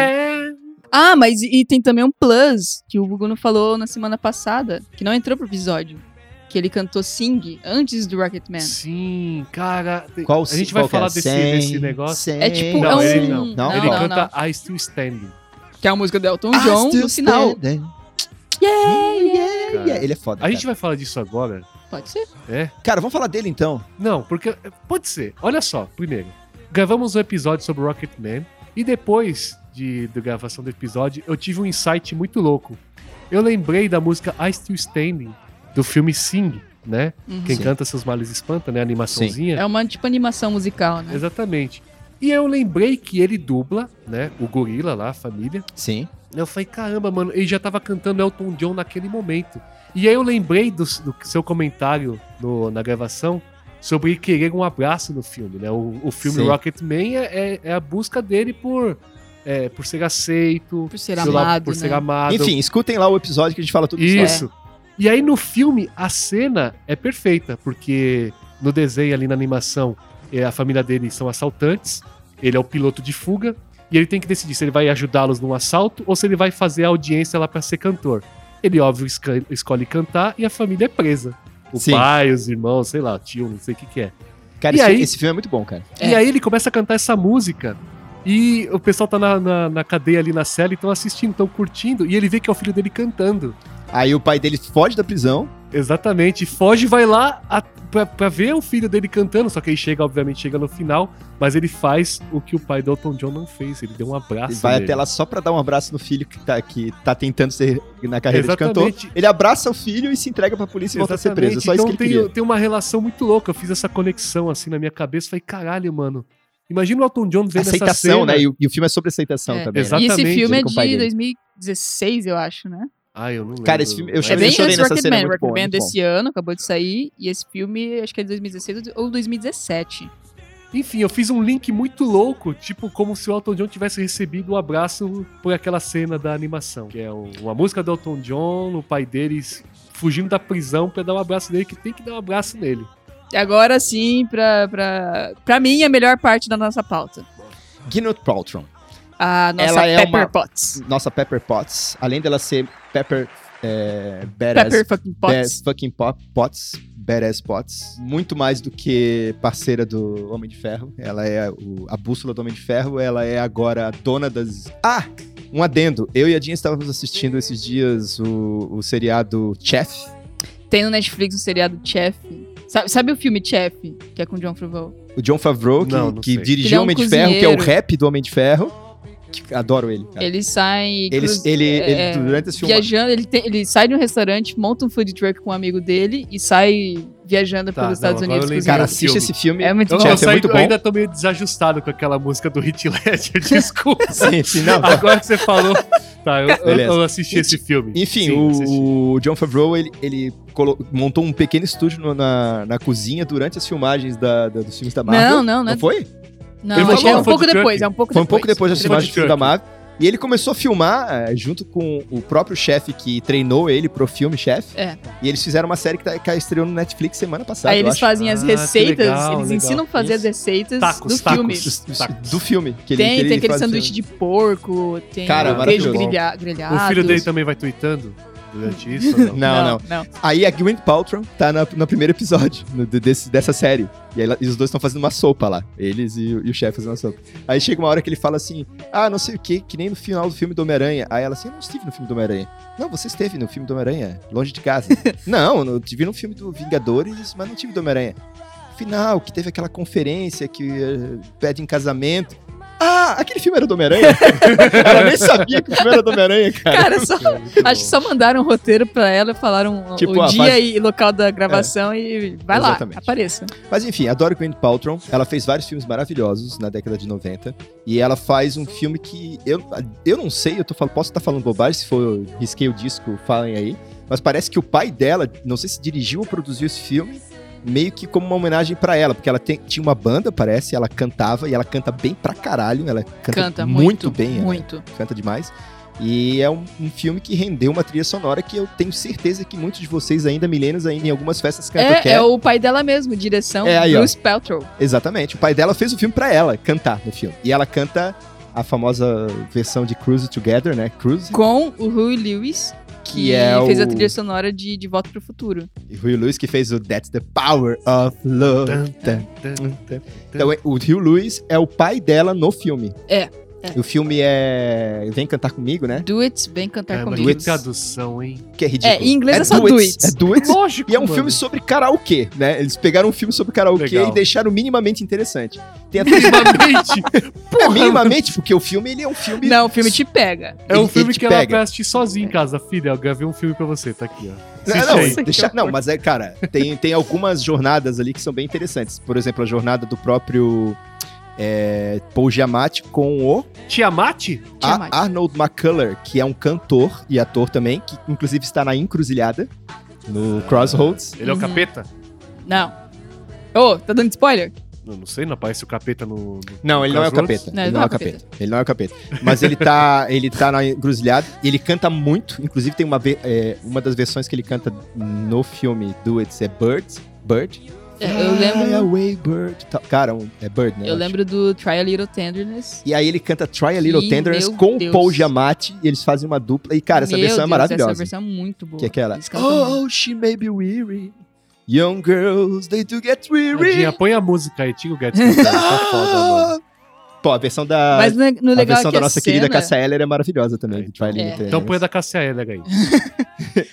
A: Ah, mas e e tem também um plus que o Hugo não falou na semana passada, que não entrou pro episódio. Que ele cantou Sing antes do Rocketman.
B: Sim, cara. tem-
C: Qual
B: a gente vai
C: qual que é?
B: falar desse,
C: Sem-
B: desse negócio.
C: sem-
A: É tipo,
B: Não,
A: é um...
B: ele não.
C: Não,
B: Ele
C: não,
B: canta I Still Standing.
A: Que é a música do Elton John no final.
C: Standing.
A: Yeah, yeah.
C: Yeah, Ele é foda.
B: A
C: Cara.
B: gente vai falar disso agora?
A: Pode ser.
C: Cara, vamos falar dele então.
B: Não, porque. Pode ser. Olha só, primeiro. Gravamos um episódio sobre Rocketman. E depois de, da gravação do episódio, eu tive um insight muito louco. Eu lembrei da música I Still Standing, do filme Sing, né?
A: Uhum.
B: Quem
C: Sim.
B: canta seus males espanta, né? A animaçãozinha.
A: É uma tipo animação musical, né?
B: Exatamente. E eu lembrei que ele dubla, né? O gorila lá, a família.
C: Sim.
B: Eu falei, caramba, mano, ele já tava cantando Elton John naquele momento. E aí eu lembrei do, do seu comentário no- na gravação sobre ele querer um abraço no filme, né? O, o filme
C: Sim.
B: Rocketman é, é- é a busca dele por, é, por ser aceito,
A: Por ser
B: sei lá,
A: amado,
B: por ser
A: né?
B: amado.
C: Enfim, escutem lá o episódio que a gente fala tudo isso.
B: Ah, Isso. E aí no filme a cena é perfeita, porque no desenho ali na animação, é, a família dele são assaltantes, ele é o piloto de fuga e ele tem que decidir se ele vai ajudá-los num assalto ou se ele vai fazer a audiência lá pra ser cantor. Ele óbvio esca- escolhe cantar e a família é presa. O
C: Sim.
B: pai, os irmãos, sei lá, tio, não sei o que que é.
C: Cara,
B: E
C: esse,
B: aí?
C: esse filme é muito bom, cara.
A: É.
B: E aí ele começa a cantar essa música. E o pessoal tá na, na, na cadeia ali na cela, então assistindo, estão curtindo, e ele vê que é o filho dele cantando.
C: Aí o pai dele foge da prisão.
B: Exatamente. Foge e vai lá a- pra, pra ver o filho dele cantando. Só que ele chega, obviamente, chega no final. Mas ele faz o que o pai do Elton John não fez. Ele deu um abraço.
C: Ele vai
B: nele.
C: até lá só pra dar um abraço no filho que tá, que tá tentando ser na carreira de
B: Exatamente.
C: cantor. Ele abraça o filho e se entrega pra polícia e volta a ser preso. É Só
B: então
C: isso que ele
B: tem,
C: queria.
B: tem uma relação muito louca. Eu fiz essa conexão assim na minha cabeça. Falei, caralho, mano. Imagina o Elton John vendo essa
C: Aceitação,
B: cena.
C: né? E, o- e o filme é sobre aceitação
A: É. E
C: também. né?
A: esse
B: Exatamente,
A: filme é
C: ele com o pai
A: de
C: dele.
A: 2016, eu acho, né?
B: Ah, eu não lembro.
C: Cara, esse filme- eu
B: Mas-
A: É
C: chorei-
A: bem
C: chorei
A: antes do
C: nessa cena,
A: Rocketman.
C: é muito bom,
A: Rocketman
C: muito bom.
A: desse ano, acabou de sair. E esse filme, acho que é de 2016 ou 2017.
B: Enfim, eu fiz um link muito louco. Tipo, como se o Elton John tivesse recebido um abraço por aquela cena da animação. Que é o- uma música do Elton John, o pai deles fugindo da prisão pra dar um abraço nele, que tem que dar um abraço nele.
A: E agora sim, pra, pra, pra mim, é a melhor parte da nossa pauta.
C: Gwyneth Paltrow.
A: A nossa
C: Ela é
A: Pepper
C: uma-
A: Potts.
C: Nossa Pepper Potts. Além dela ser Pepper... É, badass,
A: Pepper fucking Potts.
C: badass fucking pop, Potts. Badass Potts. Muito mais do que parceira do Homem de Ferro. Ela é o- a bússola do Homem de Ferro. Ela é agora a dona das... Ah! Um adendo. Eu e a Dinha estávamos assistindo esses dias o, o seriado Chef.
A: Tem no Netflix um seriado Chef. Sabe, sabe o filme Chef, que é com John Favreau?
C: O John Favreau, que,
B: Não, não
C: que
B: sei.
A: Ele é
C: dirigiu
A: um
C: Homem de Ferro, que é o
A: cozinheiro.
C: rap do Homem de Ferro. Que- adoro ele, cara.
A: Ele sai...
C: Ele,
A: cruz-
C: ele, ele-
A: é,
C: durante esse filme.
A: viajando, ele, tem- ele sai de um restaurante, monta um food truck com um amigo dele e sai viajando
B: Tá,
A: pelos
B: não,
A: Estados
B: agora
A: Unidos
B: eu lembrei.
C: Cara,
A: cozinhando.
C: assiste esse filme.
A: É muito
B: Eu,
A: bom.
B: não,
C: Chefe,
B: eu saí-
C: é muito
B: eu
C: bom.
B: ainda tô meio desajustado com aquela música do Hit Ledger, desculpa.
C: Sim, sim, não.
B: Agora que você falou. Tá, eu, eu-
C: Beleza.
B: eu assisti esse filme.
C: Enfim,
B: Sim, assisti.
C: o, o John Favreau, ele, ele colo- montou um pequeno estúdio no- na, na cozinha durante as filmagens da- da- dos filmes da Marvel.
A: Não, não, não é-
C: foi?
A: Não,
B: Ele
A: acho
B: falou
A: que é um
B: food
A: pouco
B: truck.
A: depois, é um pouco
C: Foi um
A: depois.
C: pouco depois das
B: Ele foi
C: filmagens
B: de
C: do filme da Marvel. E ele começou a filmar eh, junto com o próprio chefe que treinou ele pro filme Chefe.
A: É.
C: E eles fizeram uma série que, tá, que estreou no Netflix semana passada,
A: Aí
C: eu
A: eles
C: acho.
A: fazem as
B: Ah, que
A: receitas,
B: legal,
A: eles
B: legal.
A: ensinam a fazer as
B: Isso.
A: receitas
B: Tacos,
A: do
B: tacos.
A: filme.
C: Os- os-
B: Tacos.
C: do filme. Que ele-
A: Tem,
C: que ele
A: tem aquele
C: faz no
A: sanduíche de porco, tem
C: Cara,
A: queijo
C: maravilhoso.
A: grilha,
B: O
A: grelhado.
B: filho dele também vai tweetando. durante isso? ou não?
C: Não, não.
A: não.
C: Aí a Gwyneth Paltrow tá na, no primeiro episódio no- de- desse- dessa série. E, aí ela- e os dois estão fazendo uma sopa lá. Eles e, o- e o chefe fazendo uma sopa. Aí chega uma hora que ele fala assim: Ah, não sei o que, que nem no final do filme do Homem-Aranha. Aí ela assim: Eu não estive no filme do Homem-Aranha. Não, você esteve no filme do Homem-Aranha, longe de casa. não, eu tive no filme do Vingadores, mas não tive do Homem-Aranha. Final, que teve aquela conferência que eh, pede em casamento. Ah, aquele filme era do Homem-Aranha? ela nem sabia que o filme era do Homem-Aranha, cara.
A: Cara, só,
B: É muito bom.
A: acho que só mandaram um roteiro pra ela, falaram
C: Tipo,
A: o
C: ah,
A: dia
C: faz-
A: e local da gravação e vai
C: Exatamente.
A: lá, apareça.
C: Mas enfim, adoro Gwyneth Paltrow. Ela fez vários filmes maravilhosos na década de 90. E ela faz um filme que eu, eu não sei, eu tô, falando- posso estar falando bobagem, se for eu risquei o disco, falem aí. Mas parece que o pai dela, não sei se dirigiu ou produziu esse filme, meio que como uma homenagem pra ela, porque ela tem- tinha uma banda, parece, ela cantava e ela canta bem pra caralho, ela canta,
A: Canta
C: muito,
A: muito, né?
C: bem, né? ela
A: Muito.
C: canta demais. E é um, um filme que rendeu uma trilha sonora que eu tenho certeza que muitos de vocês ainda milênios ainda em algumas festas cantam
A: É,
C: Cat.
A: é o pai dela mesmo, direção
C: É, aí, ó.
A: Bruce Paltrow.
C: Exatamente. O pai dela fez o filme pra ela cantar no filme. E ela canta a famosa versão de Cruise Together, né? Cruise.
A: Com o Rui Lewis, que,
C: Que é
A: fez
C: o-
A: a trilha sonora de De Volta pro Futuro.
C: E Rui Lewis que fez o That's the Power of Love.
B: Tan, tan,
C: Tum,
B: tan.
C: tum. Então, é- o Rui Lewis é o pai dela no filme.
A: É,
C: O filme é Vem Cantar Comigo, né?
A: Do É, It, Vem Cantar
B: Cara, mas
A: Comigo.
B: que tradução, hein?
C: Que é ridículo.
A: É, em inglês é só
C: Do
A: Do
C: It.
A: It.
C: É Do It.
B: Lógico,
C: E é um
B: mano.
C: filme sobre karaokê, né? Eles pegaram um filme sobre karaokê
B: Legal.
C: e deixaram minimamente interessante. Tem até...
B: Minimamente.
C: é, minimamente, porque o filme, ele é um filme...
A: Não, o filme te pega.
B: É um
C: Ele-
B: filme
C: ele te
B: que ela
C: pega.
B: vai assistir sozinha em casa. Filha, eu gravei um filme pra você, tá aqui, ó.
C: Não,
B: Assiste
C: não,
B: aí.
A: Nossa,
C: deixa-
A: que
C: não,
A: horror.
C: mas é, cara, tem, tem algumas jornadas ali que são bem interessantes. Por exemplo, a jornada do próprio é, Paul Giamatti com o
B: Tiamat?
C: A-
A: Giamatti.
C: Arnold McCullough, que é um cantor e ator também, que inclusive está na Encruzilhada, no Crossroads.
B: Ele é o
A: Uhum.
B: capeta?
A: Não. Ô, tá dando spoiler?
B: Eu não sei, não aparece o capeta no... no-
C: Não, ele não é o
B: Crossroads?
C: capeta. Ele não é o capeta. Ele não é o capeta. Mas ele tá, ele tá na encruzilhada e ele canta muito. Inclusive, tem uma, ve- é, uma das versões que ele canta no filme Do It's é Bird. Bird?
A: É, eu
C: Fly
A: lembro,
C: Away, Bird. Tá- Cara, um- é Bird, né?
A: eu
C: acho.
A: lembro do Try a Little Tenderness.
C: E aí ele canta Try a Little
A: Ih,
C: Tenderness
A: meu
C: com o
A: Deus.
C: Paul Giamatti e eles fazem uma dupla. E, cara, essa
A: Meu
C: versão é
A: Deus,
C: maravilhosa.
A: Essa versão é muito boa.
C: Que é aquela.
A: Eles cantam tá muito.
C: Oh, she may be weary. Young girls, they do get weary. Ah!
B: Nadinha, põe a música aí, Tigo Guedes. tá foda, mano.
C: Pô, a versão da.
A: Mas no, no
C: a
A: legal é
C: versão
A: que
C: da
A: a
C: nossa
A: cena,
C: querida Cassia Eller é maravilhosa também.
B: É,
C: de Try a Little
A: então.
C: Tenderness.
B: Então põe a da Cassia Eller aí.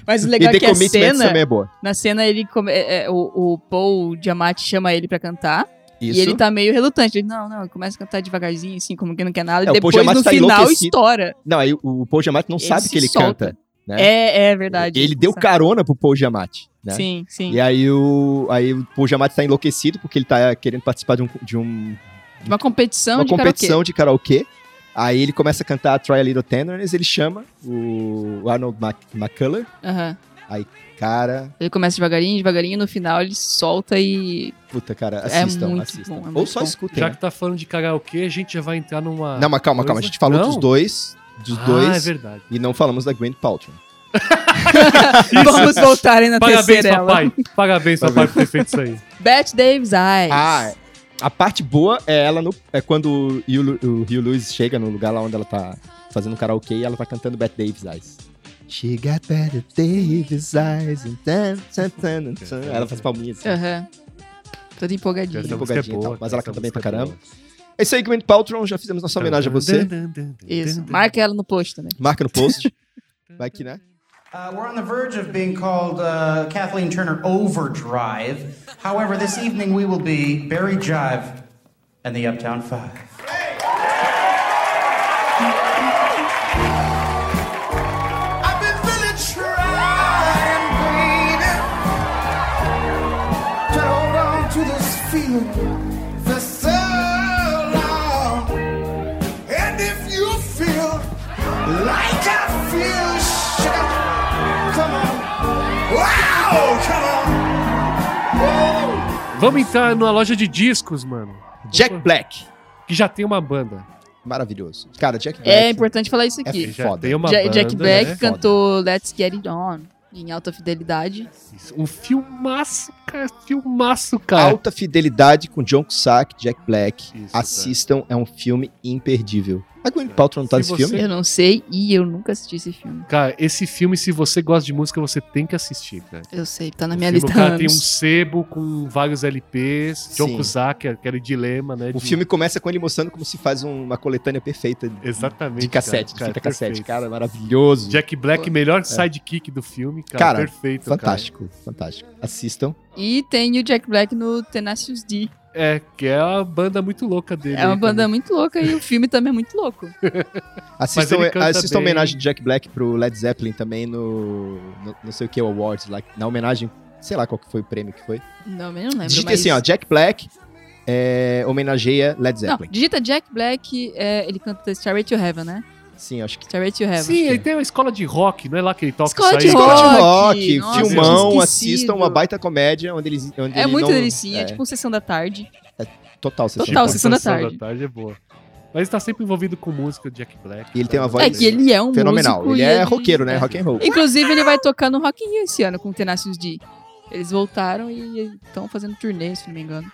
A: Mas o
C: E
A: legal é
C: The
A: que a
C: Commitments
A: cena,
C: também é boa.
A: na cena ele come- é- é, o, o Paul Giamatti chama ele pra cantar
C: Isso.
A: e ele tá meio relutante. Ele, não, não, começa a cantar devagarzinho, assim, como que não quer nada. e
C: É, o Paul
A: depois
C: Giamatti
A: no
C: tá
A: final
C: enlouquecido.
A: estoura.
C: Não, aí o Paul Giamatti não
A: Ele
C: sabe
A: se
C: que ele
A: solta.
C: canta. né?
A: É, é verdade.
C: Ele deu
A: Sabe?
C: carona pro Paul Giamatti. Né?
A: Sim, sim.
C: E aí o, aí o Paul Giamatti tá enlouquecido porque ele tá querendo participar de um- de um
A: Uma competição
C: uma
A: de
C: competição de karaokê. Aí ele começa a cantar Try a Little Tenderness, ele chama o Arnold Mac- McCullough.
A: karaokê. Aham.
C: Cara,
A: Ele começa devagarinho, devagarinho, no final ele solta e.
C: puta, cara,
A: É
C: assistam,
A: muito
C: assistam.
A: bom, é
C: Ou
A: muito
C: só
A: bom.
C: escutem.
B: Já
C: né?
B: que tá falando de karaokê, a gente já vai entrar numa...
C: Não, mas calma, calma, a gente falou
B: Não?
C: dos dois, dos
B: Ah, é
C: dois,
B: verdade.
C: e não falamos da Gwen Paltrow.
A: Vamos voltar aí na
B: Parabéns,
A: terceira. ela.
B: papai. Parabéns, papai, por ter feito isso aí.
A: Beth Davis Eyes.
C: Ah, a parte boa é ela no, é quando o Yu- o Rio Lewis chega no lugar lá onde ela tá fazendo karaokê e ela tá cantando Bette Davis Eyes. She got Bette Davis Eyes. and tan, tan, tan, tan. Aí Ela faz palminhas. assim.
A: Aham. Toda empolgadinha.
C: Essa
B: Essa música
C: empolgadinha
B: é
C: e tal,
B: boa.
C: então. mas ela
B: essa
C: canta bem
B: música
C: pra
B: é
C: caramba.
B: boa.
C: É isso aí, Gwen Paltrow. Já fizemos nossa homenagem a você.
A: Isso. Marca ela no post também.
C: Marca no post. Vai que, né?
D: Uh, we're on the verge of being called uh, Kathleen Turner Overdrive. However, this evening we will be Barry Jive and the Uptown Five.
G: I've been really trying, baby, to hold on to this feeling for so long. And if you feel like I feel, shit, come on. Wow, come on.
B: Vamos entrar numa loja de discos, mano.
C: Jack Black.
B: Que já tem uma banda.
C: Maravilhoso. Cara, Jack Black.
A: É importante falar isso
C: É
A: aqui.
B: Já
C: Foda.
B: tem uma
A: Ja-
B: banda.
A: Jack Black
C: É
B: né?
A: cantou Let's Get It On em alta fidelidade.
B: Isso, Um filmaço, cara. Filmaço, cara.
C: Alta Fidelidade com John Cusack, Jack Black.
B: Isso,
C: Assistam, é um filme imperdível. A Gwyneth Paltrow não tá
B: Se
C: nesse
B: você-
C: filme?
A: Eu não sei e eu nunca assisti esse filme.
B: Cara, esse filme, se você gosta de música, você tem que assistir, cara.
A: Eu sei, tá na
B: O
A: minha
B: filme,
A: lista
B: o
A: há
B: cara tem um
A: anos.
B: sebo com vários LPs, John
C: Sim.
B: Cusack, aquele dilema, né?
C: O
B: de-
C: filme começa com ele mostrando como se faz um, uma coletânea perfeita de
B: Exatamente.
C: cassete,
B: cara,
C: de
B: cara,
C: fita cassete.
B: perfeito.
C: Cara, é maravilhoso.
B: Jack Black, melhor sidekick do filme, cara.
C: Cara,
B: perfeito. cara.
C: fantástico, fantástico. Assistam.
A: E tem o Jack Black no Tenacious D.
B: É, que é a banda muito louca dele.
A: É uma
B: né,
A: banda
B: cara?
A: muito louca e o filme também é muito louco.
C: Assistam,
B: ele canta
C: assistam a
B: bem.
C: homenagem de Jack Black pro Led Zeppelin também no, no não sei o que Awards, lá, na homenagem, sei lá qual que foi o prêmio que foi.
A: Não, eu não lembro.
C: Digita
A: mas-
C: assim, ó, Jack Black é, homenageia Led
A: Não,
C: Zeppelin.
A: digita Jack Black, é, ele canta Starway to Heaven, né?
C: Sim, acho que
A: Starway to Heaven.
B: Sim, ele tem uma escola de rock, não é lá que ele toca
A: Escola
B: isso
A: de
B: aí?
A: rock,
C: Scott Rock,
A: nossa,
C: filmão,
A: esquecido.
C: assistam uma baita comédia onde eles onde
A: É
C: ele
A: muito
C: não-
A: delicinha,
C: é,
A: tipo Sessão da Tarde.
C: total,
A: total,
C: sessão
B: tipo,
C: da tarde.
A: Tá, sessão da tarde.
B: é boa. Mas ele tá sempre envolvido com música de Jack Black.
C: E ele tem uma voz
A: É que ele é um
C: fenomenal.
A: músico
C: Ele
A: e
C: é roqueiro, né? Rock and roll.
A: Inclusive, ele vai tocar no Rock in Rio esse ano com o Tenacious D. Eles voltaram e estão fazendo turnê, se não me engano.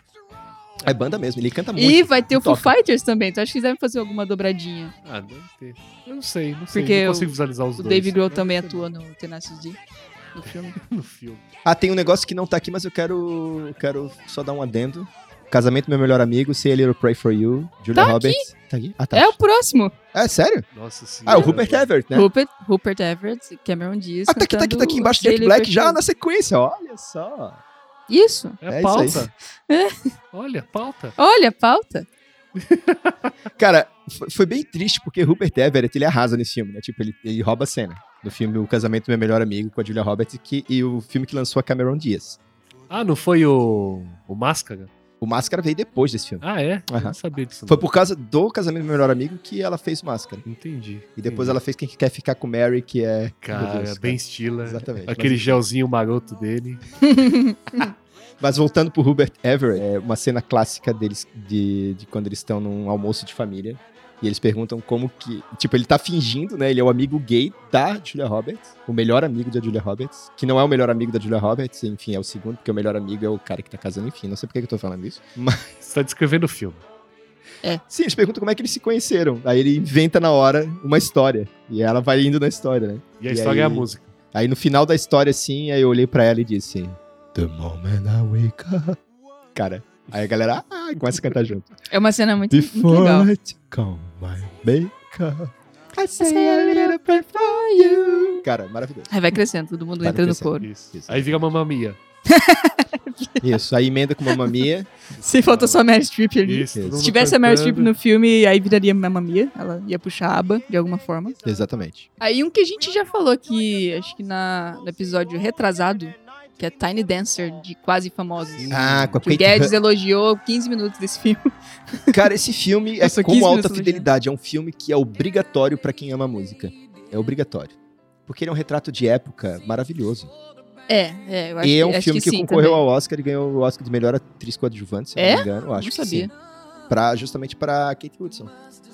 C: É banda mesmo, ele canta muito.
A: e vai ter o Foo
C: toca.
A: Fighters também, então acho que eles devem fazer alguma dobradinha.
B: Ah, deve ter. Eu não sei, não sei.
A: Porque
B: não consigo visualizar os
A: O
B: dois.
A: Dave Grohl
B: Deve
A: também
B: ter
A: atua no Tenacious D, no filme.
B: No filme.
C: Ah, tem um negócio que não tá aqui, mas eu quero, eu quero só dar um adendo. Casamento do meu melhor amigo, Say a Little Pray for You, Julia
A: Tá aqui.
C: Roberts. Tá aqui? Ah, tá.
A: É o próximo.
C: É, sério?
B: Nossa senhora.
C: Ah, o Rupert Everett, né?
A: Rupert, Rupert Everett, Cameron Diaz.
C: Ah, tá aqui, tá aqui, tá aqui
A: cantando
C: embaixo de Jack
A: Sailor
C: Black
A: Perfect.
C: já né? na sequência, olha só.
A: Isso.
B: É,
C: É isso
B: pauta.
C: aí.
A: É?
B: Olha, pauta.
A: Olha, pauta.
C: Cara, foi, foi bem triste porque Rupert Everett, ele arrasa nesse filme, né? Tipo, ele, ele rouba a cena. No filme O Casamento do Meu Melhor Amigo com a Julia Roberts que, e o filme que lançou a Cameron Diaz.
B: Ah, não foi o, o Máscara?
C: O Máscara veio depois desse filme.
B: Ah, é? Eu
C: Aham.
B: não sabia disso.
C: Foi
B: não.
C: por causa do Casamento do Meu Melhor Amigo que ela fez Máscara.
B: Entendi.
C: E depois ela fez Quem Quer Ficar com Mary, que é... meu
B: Cara,
C: Deus,
B: bem estila.
C: Exatamente.
B: Aquele gelzinho maroto dele.
C: Mas voltando pro Hubert Everett, é uma cena clássica deles de, de quando eles estão num almoço de família. E eles perguntam como que. Tipo, ele tá fingindo, né? Ele é o amigo gay da Julia Roberts. O melhor amigo da Julia Roberts. Que não é o melhor amigo da Julia Roberts, enfim, é o segundo, porque o melhor amigo é o cara que tá casando, enfim. Não sei por que que eu tô falando isso. Mas.
B: Você tá descrevendo o filme.
C: Sim, eles perguntam como é que eles se conheceram. Aí ele inventa na hora uma história. E ela vai indo na história, né?
B: E a
C: E
B: história é a
C: aí-
B: música.
C: Aí no final da história, assim, aí eu olhei pra ela e disse: The moment I wake up. Cara, aí a galera ah, começa a cantar junto.
A: É uma cena muito, muito
C: Before
A: legal.
C: it come my makeup, I say a little prayer for you. Cara, maravilhoso.
A: Aí vai crescendo, todo mundo
C: Vai
A: entra no
C: crescendo.
A: coro.
B: Isso.
C: Isso.
B: Aí vira Mamma Mia.
C: Isso, aí emenda com Mamma Mia.
A: Se faltou só a Mary Streep ali.
B: Isso.
C: Se
B: todo
A: Se
B: mundo
A: tivesse a Mary
B: cantando.
A: Streep no filme, aí viraria Mamma Mia. Ela ia puxar a aba, de alguma forma.
C: Exatamente.
A: Aí um que a gente já falou aqui, acho que na, no episódio retrasado, que é Tiny Dancer, de Quase Famosos.
C: Ah, com a
A: Que o
C: Kate
A: Hum, Guedes elogiou 15 minutos desse filme.
C: Hudson. Cara, esse filme é
A: Nossa,
C: como
A: 15
C: alta
A: minutos,
C: fidelidade. É um filme que é obrigatório pra quem ama música. É obrigatório. Porque ele é um retrato de época maravilhoso.
A: É, é, eu acho,
C: e é
A: que-
C: um
A: acho
C: filme que,
A: sim
C: concorreu
A: também.
C: ao Oscar e ganhou o Oscar de melhor atriz coadjuvante, se eu
A: É?
C: não me engano. eu Acho
A: Não sabia.
C: Que sim. Pra, justamente para Kate Hudson.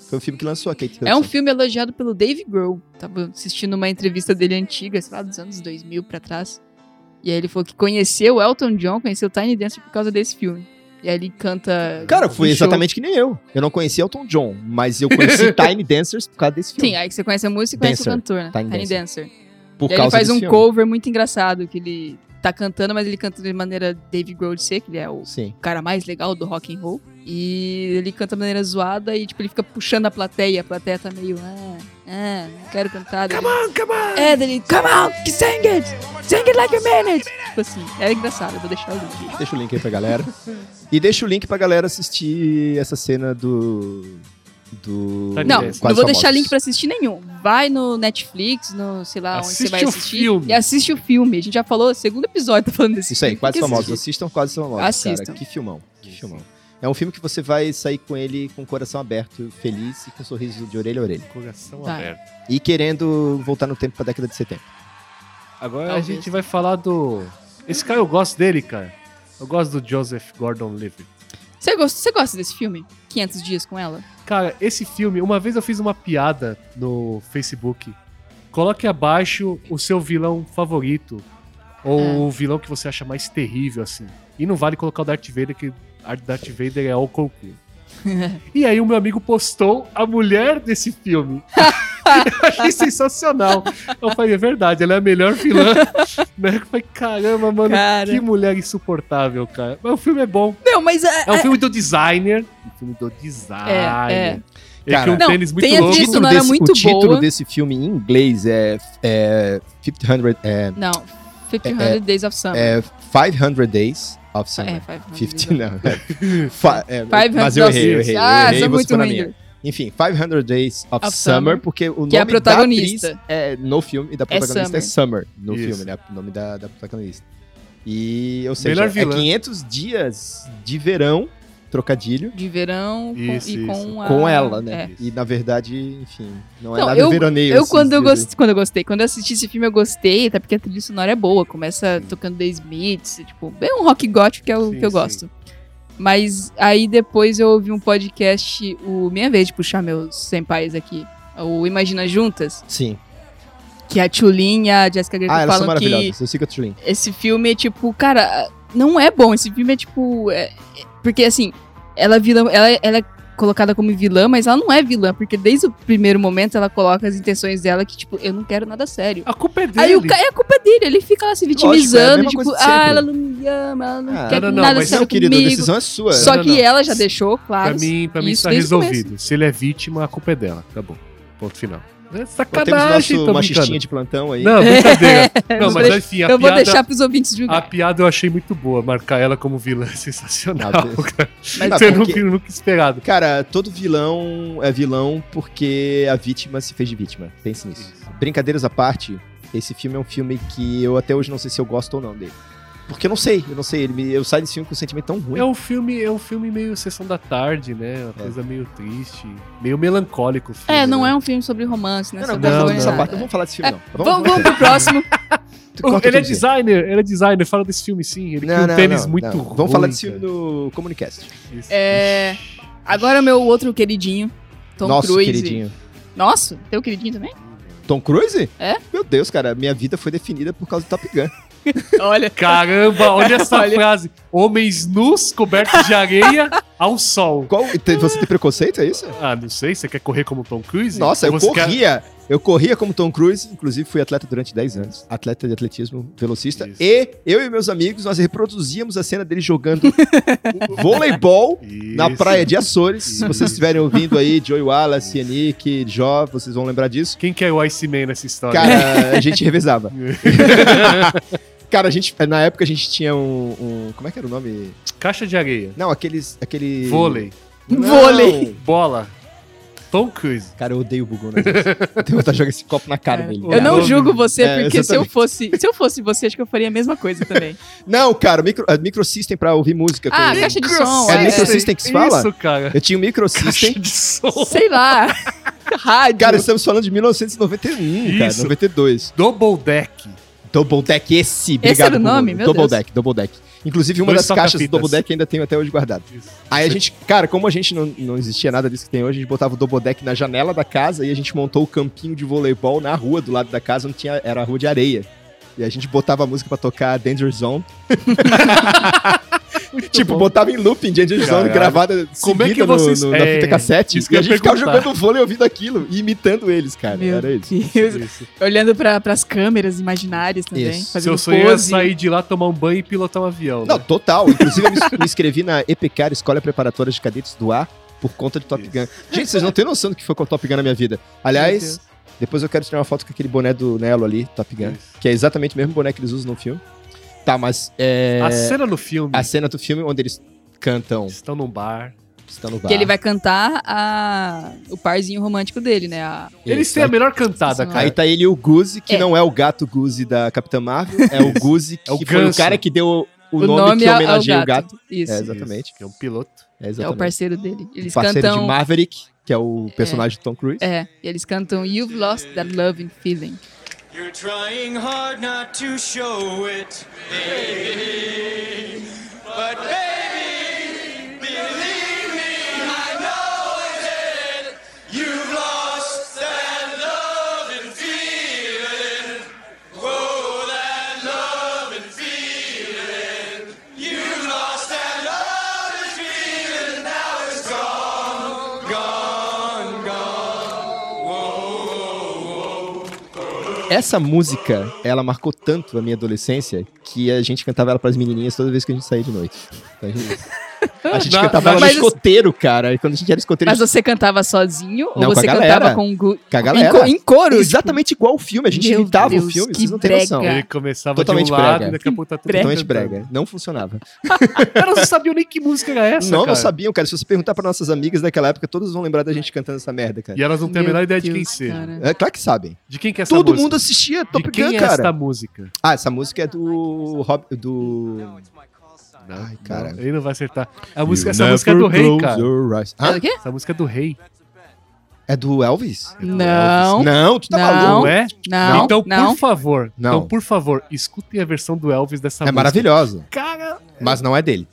C: Foi o filme que lançou a Kate Hudson.
A: É um filme elogiado pelo Dave Grohl. Tava assistindo uma entrevista dele antiga, sei lá, dos anos 2000 pra trás. E aí ele falou que conheceu Elton John, conheceu Tiny Dancer por causa desse filme. E aí ele canta...
C: Cara, foi
A: um show.
C: exatamente que nem eu. Eu não conhecia Elton John, mas eu conheci Tiny Dancers por causa desse filme.
A: Sim, aí que você conhece a música e conhece
C: Dancer.
A: o cantor, né?
C: Tiny
A: Tiny Dancer.
C: por
A: E aí
C: causa
A: ele faz
C: desse
A: um
C: filme.
A: cover muito engraçado, que ele tá cantando, mas ele canta de maneira Dave Grohl de ser, que ele é o
C: Sim.
A: cara mais legal do rock and roll. E ele canta de maneira zoada e, tipo, ele fica puxando a plateia. A plateia tá meio, ah, ah, não quero cantar. Come on, come on! É, dele, come on, sing it! Sing it like a minute! Tipo assim, é engraçado, eu vou deixar o link.
C: Deixa o link aí pra galera. e deixa o link pra galera assistir essa cena do. Do.
B: Tiny
A: Não,
B: Quase
A: não vou deixar
C: É Famosos.
A: link pra assistir nenhum. Vai no Netflix, no, sei lá, onde você
B: Assiste
A: vai
B: o
A: assistir.
B: filme.
A: E assiste o filme. A gente já falou, segundo episódio, tá falando desse
C: Isso aí,
A: filme.
C: Quase
A: Tem que
C: Famosos.
A: assistir.
C: Assistam Quase Famosos,
A: Assistam.
C: cara. Que filmão. Que filmão. É um filme que você vai sair com ele com o coração aberto, feliz e com um sorriso de orelha a orelha.
B: Coração
A: Vai.
B: aberto.
C: E querendo voltar no tempo pra década de 70.
B: Agora
A: Talvez.
B: a gente vai falar do... Esse cara eu gosto dele, cara. Eu gosto do Joseph Gordon-Levitt.
A: Você gosta, você gosta desse filme? 500 dias com ela?
B: Cara, esse filme, uma vez eu fiz uma piada no Facebook. Coloque abaixo o seu vilão favorito. Ou
A: É.
B: o vilão que você acha mais terrível, assim. E não vale colocar o Darth Vader, que Darth Vader é o Goku. E aí o meu amigo postou a mulher desse filme. Eu achei sensacional. Eu falei, é verdade, ela é a melhor vilã. né? Eu falei, caramba, mano,
A: Cara.
B: que mulher insuportável, cara. Mas o filme é bom.
A: Não, mas é,
B: É um filme do designer. Um filme do designer.
A: É, é.
B: Ele
C: Cara,
B: tinha um
A: Não,
B: tênis muito
A: tenha
C: O
B: louco.
A: visto-
C: título,
A: sonora é
C: desse,
A: muito
C: o título
A: boa.
C: desse filme em inglês é, é, 500, é,
A: Não, 500 Days of Summer.
C: é 500 Days of Summer.
A: Tá É, 500
C: 50, não. é. Fa- é, mas eu
A: of
C: errei,
A: Summer.
C: eu errei. Eu
A: Ah,
C: errei
A: sou
C: e você
A: muito
C: foi na
A: ruim.
C: minha. Enfim, 500 Days of,
A: Of
C: Summer,
A: Summer,
C: porque o
A: que é a
C: nome da
A: protagonista.
C: atriz é no filme e da protagonista é Summer, no
B: Isso.
C: filme, né? O nome da, da protagonista. E, ou seja,
B: Melhor
C: é
B: vilã.
C: 500 dias de verão, trocadilho,
A: De verão com-
B: Isso,
A: e com
B: isso.
A: a...
C: com ela, né?
A: é.
C: E, na verdade, enfim, não é
A: Não,
C: nada
A: eu-
C: veraneio.
A: Eu,
C: esses
A: quando eu,
C: dias aí.
A: gost... quando eu gostei, quando eu assisti esse filme, eu gostei, até porque a trilha sonora é boa. Começa tocando The Smiths, tipo, bem um rock gótico que é o
B: Sim,
A: que eu
B: sim.
A: gosto. Mas aí depois eu ouvi um podcast, o Minha Vez de puxar meus senpais aqui, o Imagina Juntas,
C: Sim.
A: que a Tchulin e a Jessica Greco
C: Ah, elas são
A: falam que
C: maravilhosas. Eu sigo a Trin.
A: esse filme é tipo, cara, não é bom. Esse filme é tipo. é- é- porque assim, ela é vilã. Ela, ela é colocada como vilã, mas ela não é vilã, porque desde o primeiro momento ela coloca as intenções dela que, tipo, eu não quero nada sério.
B: A culpa é dele.
A: Aí o ca... é a culpa dele, ele fica lá se
C: Lógico, é a
A: vitimizando,
C: mesma
A: tipo,
C: coisa de sempre.
A: ah, ela não me ama, ela não
C: Ah,
A: quer
B: não, não,
A: nada
B: mas
A: sério
C: Não, querido, a
A: comigo.
C: decisão é sua.
A: Só
B: Não,
A: que
B: não.
A: ela já deixou,
B: Pra
A: claro.
B: mim, pra mim
A: Isso
B: isso tá
A: desde o começo.
B: resolvido. Se ele é vítima, a culpa é dela. Acabou. Ponto final. É
C: Nós temos
B: sacanagem,
C: nosso
B: tô
C: machistinha
B: brincando.
C: de plantão aí.
B: Não, brincadeira. Não,
A: Vou
B: mas
A: deix-
B: enfim, a
A: eu vou
B: piada-
A: deixar pros
C: Ah,
A: ouvintes julgar.
B: A piada eu achei muito boa, marcar ela como vilã é sensacional.
C: Ah, beleza.
B: cara.
C: Ah,
B: Você
C: porque-
B: nunca, nunca esperado.
C: Cara, todo vilão é vilão porque a vítima se fez de vítima. Pense nisso. Brincadeiras à parte, esse filme é um filme que eu até hoje não sei se eu gosto ou não dele. Porque eu não sei, eu não sei. Ele me- eu saio desse filme com um sentimento tão ruim.
B: É um filme, é um filme meio sessão da tarde, né? Uma coisa meio triste, meio melancólico. o filme,
A: É, não
B: né?
A: é um filme sobre romance, né?
C: Não, não,
A: sobre
C: não,
B: não,
C: não,
A: amor,
C: essa
A: nada.
C: parte. Não vamos falar desse filme, não.
A: Vamos, vamos pro próximo.
C: Tu
B: Oh,
C: corta
B: Ele é
C: tudo, gente.
B: designer, ele é designer, fala desse filme sim. Ele
C: Não,
B: tem um
C: não,
B: tênis
C: não,
B: muito
C: não.
B: ruim.
C: Vamos falar desse filme
B: cara.
C: no Comunicast.
B: Isso.
A: É, Agora meu outro queridinho, Tom
C: Nosso
A: Cruise.
C: queridinho.
A: Nossa, teu queridinho também?
C: Tom Cruise?
A: É?
C: Meu Deus, cara, minha vida foi definida por causa do Top Gun.
A: Olha.
B: Caramba, olha essa
A: Olha.
B: frase. Homens nus, cobertos de areia, ao sol.
C: Qual, te- você tem preconceito, é isso?
B: Ah, não sei, você quer correr como Tom Cruise?
C: Nossa, eu
B: Você quer-
C: corria. Eu corria como Tom Cruise, inclusive fui atleta durante 10 anos. Atleta de atletismo, velocista.
B: Isso.
C: E eu e meus amigos, nós reproduzíamos a cena dele jogando voleibol
B: Isso.
C: na praia de Açores. Se vocês
B: Isso.
C: estiverem ouvindo aí, Joey Wallace, Yannick, Jó, vocês vão lembrar disso.
B: Quem que é o Iceman nessa história?
C: Cara, a gente revezava. Cara, a gente, na época a gente tinha um, um- Como é que era o nome?
B: Caixa de areia,
C: Não, aqueles. Aquele.
B: vôlei,
C: Não.
A: Vôlei.
B: bola, Tom Cruise.
C: Cara, eu odeio o bugão. né, gente? Eu tenho vontade de jogar esse copo na
B: É,
C: cara dele.
A: Eu não
B: Caramba.
A: julgo você,
C: É,
A: porque se eu
C: exatamente.
A: fosse. Se eu fosse você, acho que eu faria a mesma coisa também.
C: Não, cara, micro, a microsystem pra ouvir música.
A: ah,
C: com-
A: caixa de som,
C: É
A: é,
C: microsystem que se fala?
B: Isso, cara.
C: Eu tinha um microsystem.
B: Caixa de som.
A: sei lá. Rádio.
C: Cara, estamos falando de 1991, cara,
B: Isso.
C: 92.
B: Double deck.
C: Double Deck, esse, obrigado.
A: era o
C: Bruno.
A: nome? Meu
C: Double
A: Deus.
C: Deck, Double Deck. Inclusive, uma
B: Dois
C: das caixas do
B: toca-fitas.
C: Double Deck ainda tenho até hoje guardado. Aí a gente, cara, como a gente não, não existia nada disso que tem hoje, a gente botava o Double Deck na janela da casa e a gente montou o campinho de voleibol na rua do lado da casa, onde tinha, era a rua de areia. E a gente botava a música pra tocar Danger Zone. tipo, botava em looping Danger Zone
B: Caralho.
C: gravada
B: Como é que
C: seguida no-
B: vocês-
C: no- na
B: É,
C: fita cassete.
B: isso que
C: E a
B: eu ia
C: gente ficava
B: perguntar.
C: jogando vôlei ouvindo aquilo e imitando eles, cara.
A: Meu
C: era isso.
A: Deus. Olhando pra, pras câmeras imaginárias também.
C: Isso.
B: Seu
A: Fazendo
B: sonho é
A: pose.
B: sair de lá, tomar um banho e pilotar um avião.
C: Não,
B: né?
C: total. Inclusive, eu me, me inscrevi na EPCAR, Escola Preparatória de Cadetes do Ar, por conta de Top
B: Isso.
C: Gun. Gente, vocês não têm noção do que foi com o Top Gun na minha vida.
A: Meu
C: Aliás,
A: Deus.
C: depois eu quero tirar uma foto com aquele boné do Nelo ali, Top Gun,
B: Isso.
C: que é exatamente o mesmo boné que eles usam no filme. Tá, mas é,
B: A cena no filme.
C: a cena do filme onde eles cantam
B: Estão num bar.
C: estão no bar.
A: Que ele vai cantar a, o parzinho romântico dele, né? A-
C: Isso,
B: Eles têm a
C: aí-
B: melhor cantada,
A: Sim.
B: cara.
C: Aí tá ele e o Guzi, que
A: É.
C: não é o gato Guzi da Capitã Marvel, é o Guzi que
B: É o
C: foi o
B: ganso.
C: cara que deu o,
A: O,
C: nome,
A: nome
C: que
A: é
C: homenageia
A: ao
C: o gato.
A: Isso.
C: É,
A: É,
C: exatamente.
B: Isso, que é um piloto.
C: É,
A: o
C: exatamente.
A: parceiro dele. Eles
C: parceiro
A: cantam.
C: de Maverick, que é o personagem do Tom Cruise.
A: É, e eles cantam You've Lost That Loving Feeling.
F: You're trying hard not to show it, baby. But baby, believe me, I know that you've lost that loving feeling. Oh, that loving feeling. You've lost that loving feeling. Now it's gone.
C: Essa música, ela marcou tanto a minha adolescência que a gente cantava ela pras menininhas toda vez que a gente saía de noite. Então, a gente, a gente
B: Na-
C: cantava ela no
A: mas-
C: escoteiro, cara. E quando a gente era escoteiro, a
A: Mas
C: gente
A: você cantava sozinho ou
C: Não, com
A: você
C: a galera.
A: cantava com, gu-
C: com a
A: em, co-
C: galera.
A: em coro?
B: tipo,
C: Exatamente igual o filme, a gente
A: Meu
C: imitava o
A: Deus,
C: filme,
A: que
C: vocês não têm
A: brega.
C: noção.
B: Ele começava
C: Totalmente
B: de um lado
C: brega.
B: e daqui a pouco tá tudo
C: Totalmente
B: cantando.
C: brega. Não funcionava.
B: Caras não sabiam nem que música era essa,
C: não,
B: cara.
C: não sabiam, cara. Se você perguntar pra nossas amigas daquela época, todas vão lembrar da gente cantando essa merda, cara.
B: E elas não têm a
A: Meu
B: menor ideia de quem
A: Deus,
B: seja.
A: cara.
C: É claro que sabem.
B: De quem que é essa
C: Todo
B: música?
C: mundo assistia Top
B: De quem
C: Gun,
B: é
C: cara.
B: essa música?
C: Ah, essa música é do Rob, do
B: Não,
C: Ai, cara.
B: não, ele não vai acertar. A música, essa música é do rei, cara.
A: É do quê?
B: Essa música é do rei.
C: É do Elvis?
A: Não,
C: Não, tu tá
A: Não.
B: Não
C: maluco.
B: é?
A: não,
B: então,
A: não.
B: por favor.
C: Não.
B: Então, por favor, escutem a versão do Elvis dessa
C: É
B: música.
C: maravilhosa,
B: Cara,
C: mas não é dele.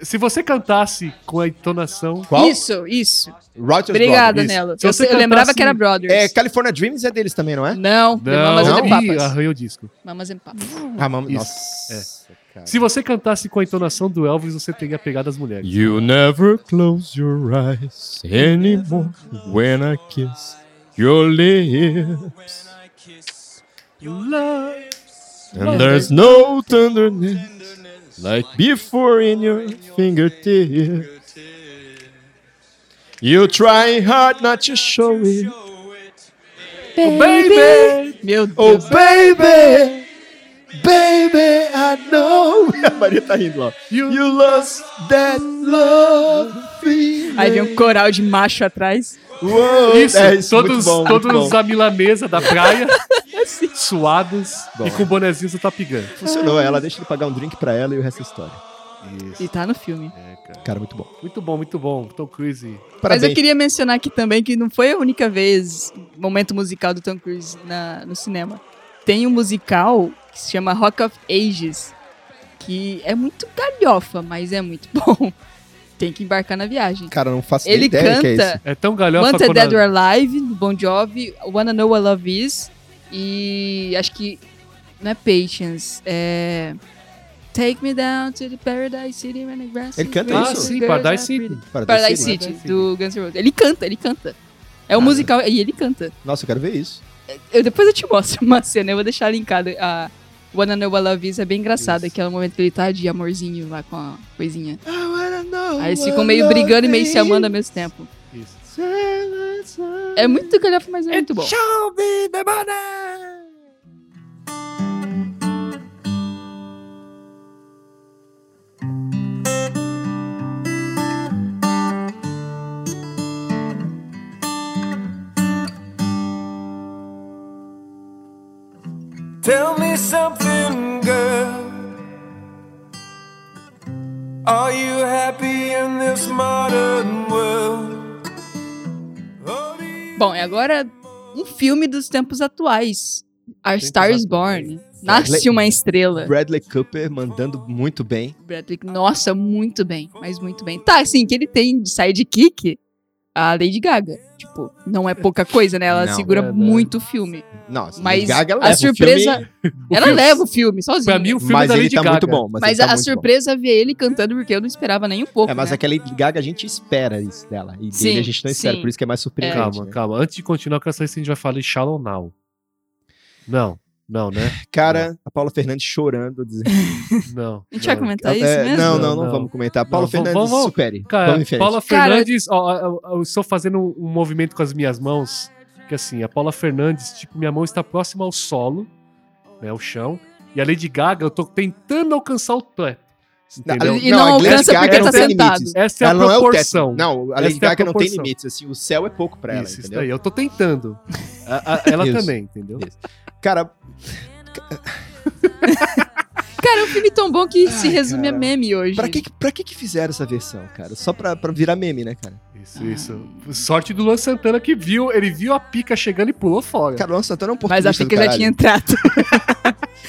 B: se você cantasse com a entonação.
C: Qual?
A: Isso, isso.
C: Rogers
A: Obrigada,
C: Brothers.
B: Isso.
A: Nelo.
B: Se
A: Eu,
B: você
A: eu lembrava
B: cantasse-
A: que era Brothers.
C: É, California Dreams é deles também, não é?
A: Não, não, Mamas
C: não.
A: and the
B: Ih,
A: Papas.
B: arranhou o disco.
A: Mamas and Papas.
C: Ah, mama,
B: Isso,
C: nossa. cara.
B: Se você cantasse com a entonação do Elvis, você teria pegado as mulheres.
E: You never close your eyes anymore when I kiss your lips. And there's no tenderness like before in your fingertips. You try hard not to show it.
A: Meu
C: Oh,
A: Deus.
C: baby! Baby, I know! A Maria tá rindo lá.
B: You-
C: You lost that love feeling.
A: Aí vem um coral de macho atrás.
C: Uou,
B: Isso,
C: é, muito
B: todos,
C: bom, muito
B: todos
C: bom.
B: à milanesa da praia, assim. suados e com bonezinhos do Top Gun.
C: Funcionou, ela deixa ele pagar um drink pra ela e o resto é história.
A: E tá no filme.
C: Cara, muito bom.
B: Muito bom, muito bom. Tom Cruise.
A: Mas
C: Parabéns.
A: eu queria mencionar aqui também que não foi a única vez momento musical do Tom Cruise na- no cinema. Tem um musical que se chama Rock of Ages, que é muito galhofa, mas é muito bom. Tem que embarcar na viagem.
C: Cara, não faço
A: Ele
C: nem ideia do que é isso.
A: canta
B: É tão galhofa
A: Wanted
B: quando
A: Dead or Alive, do Bon Jovi, Wanna Know What Love Is e acho que não é Patience, é Take Me Down to the Paradise City when the grass
C: Ele
A: is
C: canta
A: green
B: Ah,
A: and
C: isso?
B: sim,
A: girls are
B: Paradise
A: pretty.
B: City.
A: Paradise City, do Guns N' Roses. Ele canta, ele canta. É um
C: Cara.
A: musical e ele canta.
C: Nossa, eu quero ver isso.
A: Eu, depois eu te mostro uma cena, eu vou deixar linkado. A Wanna Know What Love Is é bem engraçada, que é o momento que ele tá de amorzinho lá com a coisinha. Aí eles ficam meio brigando e meio se amando ao mesmo tempo.
B: Isso.
A: É muito galhofa, mas é muito bom.
G: Tell me something, girl. Are you happy in this modern world? Or do you
A: Bom, e agora um filme dos tempos atuais. A Star is Born. Nasce
C: Bradley-
A: uma estrela.
C: Bradley Cooper mandando muito bem.
A: Bradley, nossa, muito bem, mas muito bem. Tá, assim, que ele tem de sidekick a Lady Gaga. Tipo, não é pouca coisa, né? Ela
C: Não.
A: segura
B: Verdade.
A: muito o filme.
C: Nossa,
A: Mas
C: Gaga leva
A: a
C: o filme,
A: surpresa. ela
B: filme-
A: leva o filme sozinha.
B: Pra mim, o filme
C: mas
B: da
C: ele
B: Lady
C: tá
B: Gaga.
C: muito bom. Mas,
A: mas
C: ele tá
A: a
C: muito bom.
A: surpresa é ver ele cantando, porque eu não esperava nem um pouco.
C: É, mas
A: né?
C: aquela Lady Gaga a gente espera isso dela. E
A: Sim,
C: dele a gente não espera,
A: sim.
C: por isso que é mais surpreendente.
B: Calma,
C: né?
B: calma. Antes de continuar, eu quero saber se a gente vai falar de Shallow Now. Não, não, né?
C: Cara, a Paula Fernandes chorando. Dizendo,
B: Não.
A: A gente vai
B: não.
A: comentar isso
C: É,
A: mesmo?
C: Não, não, não,
B: Não, não.
C: vamos comentar. Paula
B: Não, vamos-
C: Fernandes,
B: vamos-
C: supere.
B: Cara,
C: vamos em frente.
B: Paula
A: Cara-
B: Fernandes, ó, ó, ó, eu estou fazendo um um movimento com as minhas mãos, que assim, a Paula Fernandes, tipo, minha mão está próxima ao solo, né, ao chão, e a Lady Gaga, eu tô tentando alcançar o teto, entendeu?
C: ali-
A: E não
C: a Lady
A: alcança
C: Gaga um
A: porque
C: não
A: tá
C: tem
A: sentado.
C: limites.
B: Essa é a
C: Ela não é o teto.
B: proporção.
C: Não, a
B: Essa
C: Lady
B: é a
C: Gaga não tem
B: proporção.
C: limites. Assim, o céu é pouco pra ela,
B: isso, isso
C: entendeu?
B: daí, eu tô tentando. A- a- ela
C: Isso.
B: também, entendeu?
C: Cara,
A: Cara, é um filme tão bom que se resume a meme hoje.
C: pra que, é pra que que fizeram essa versão, cara? Só pra, pra virar meme, né, cara?
B: Isso, isso. Sorte do Luan Santana que viu, ele viu a pica chegando e pulou fora.
C: Cara, o Luan Santana é um
A: Mas
C: português
A: a Fica já tinha entrado.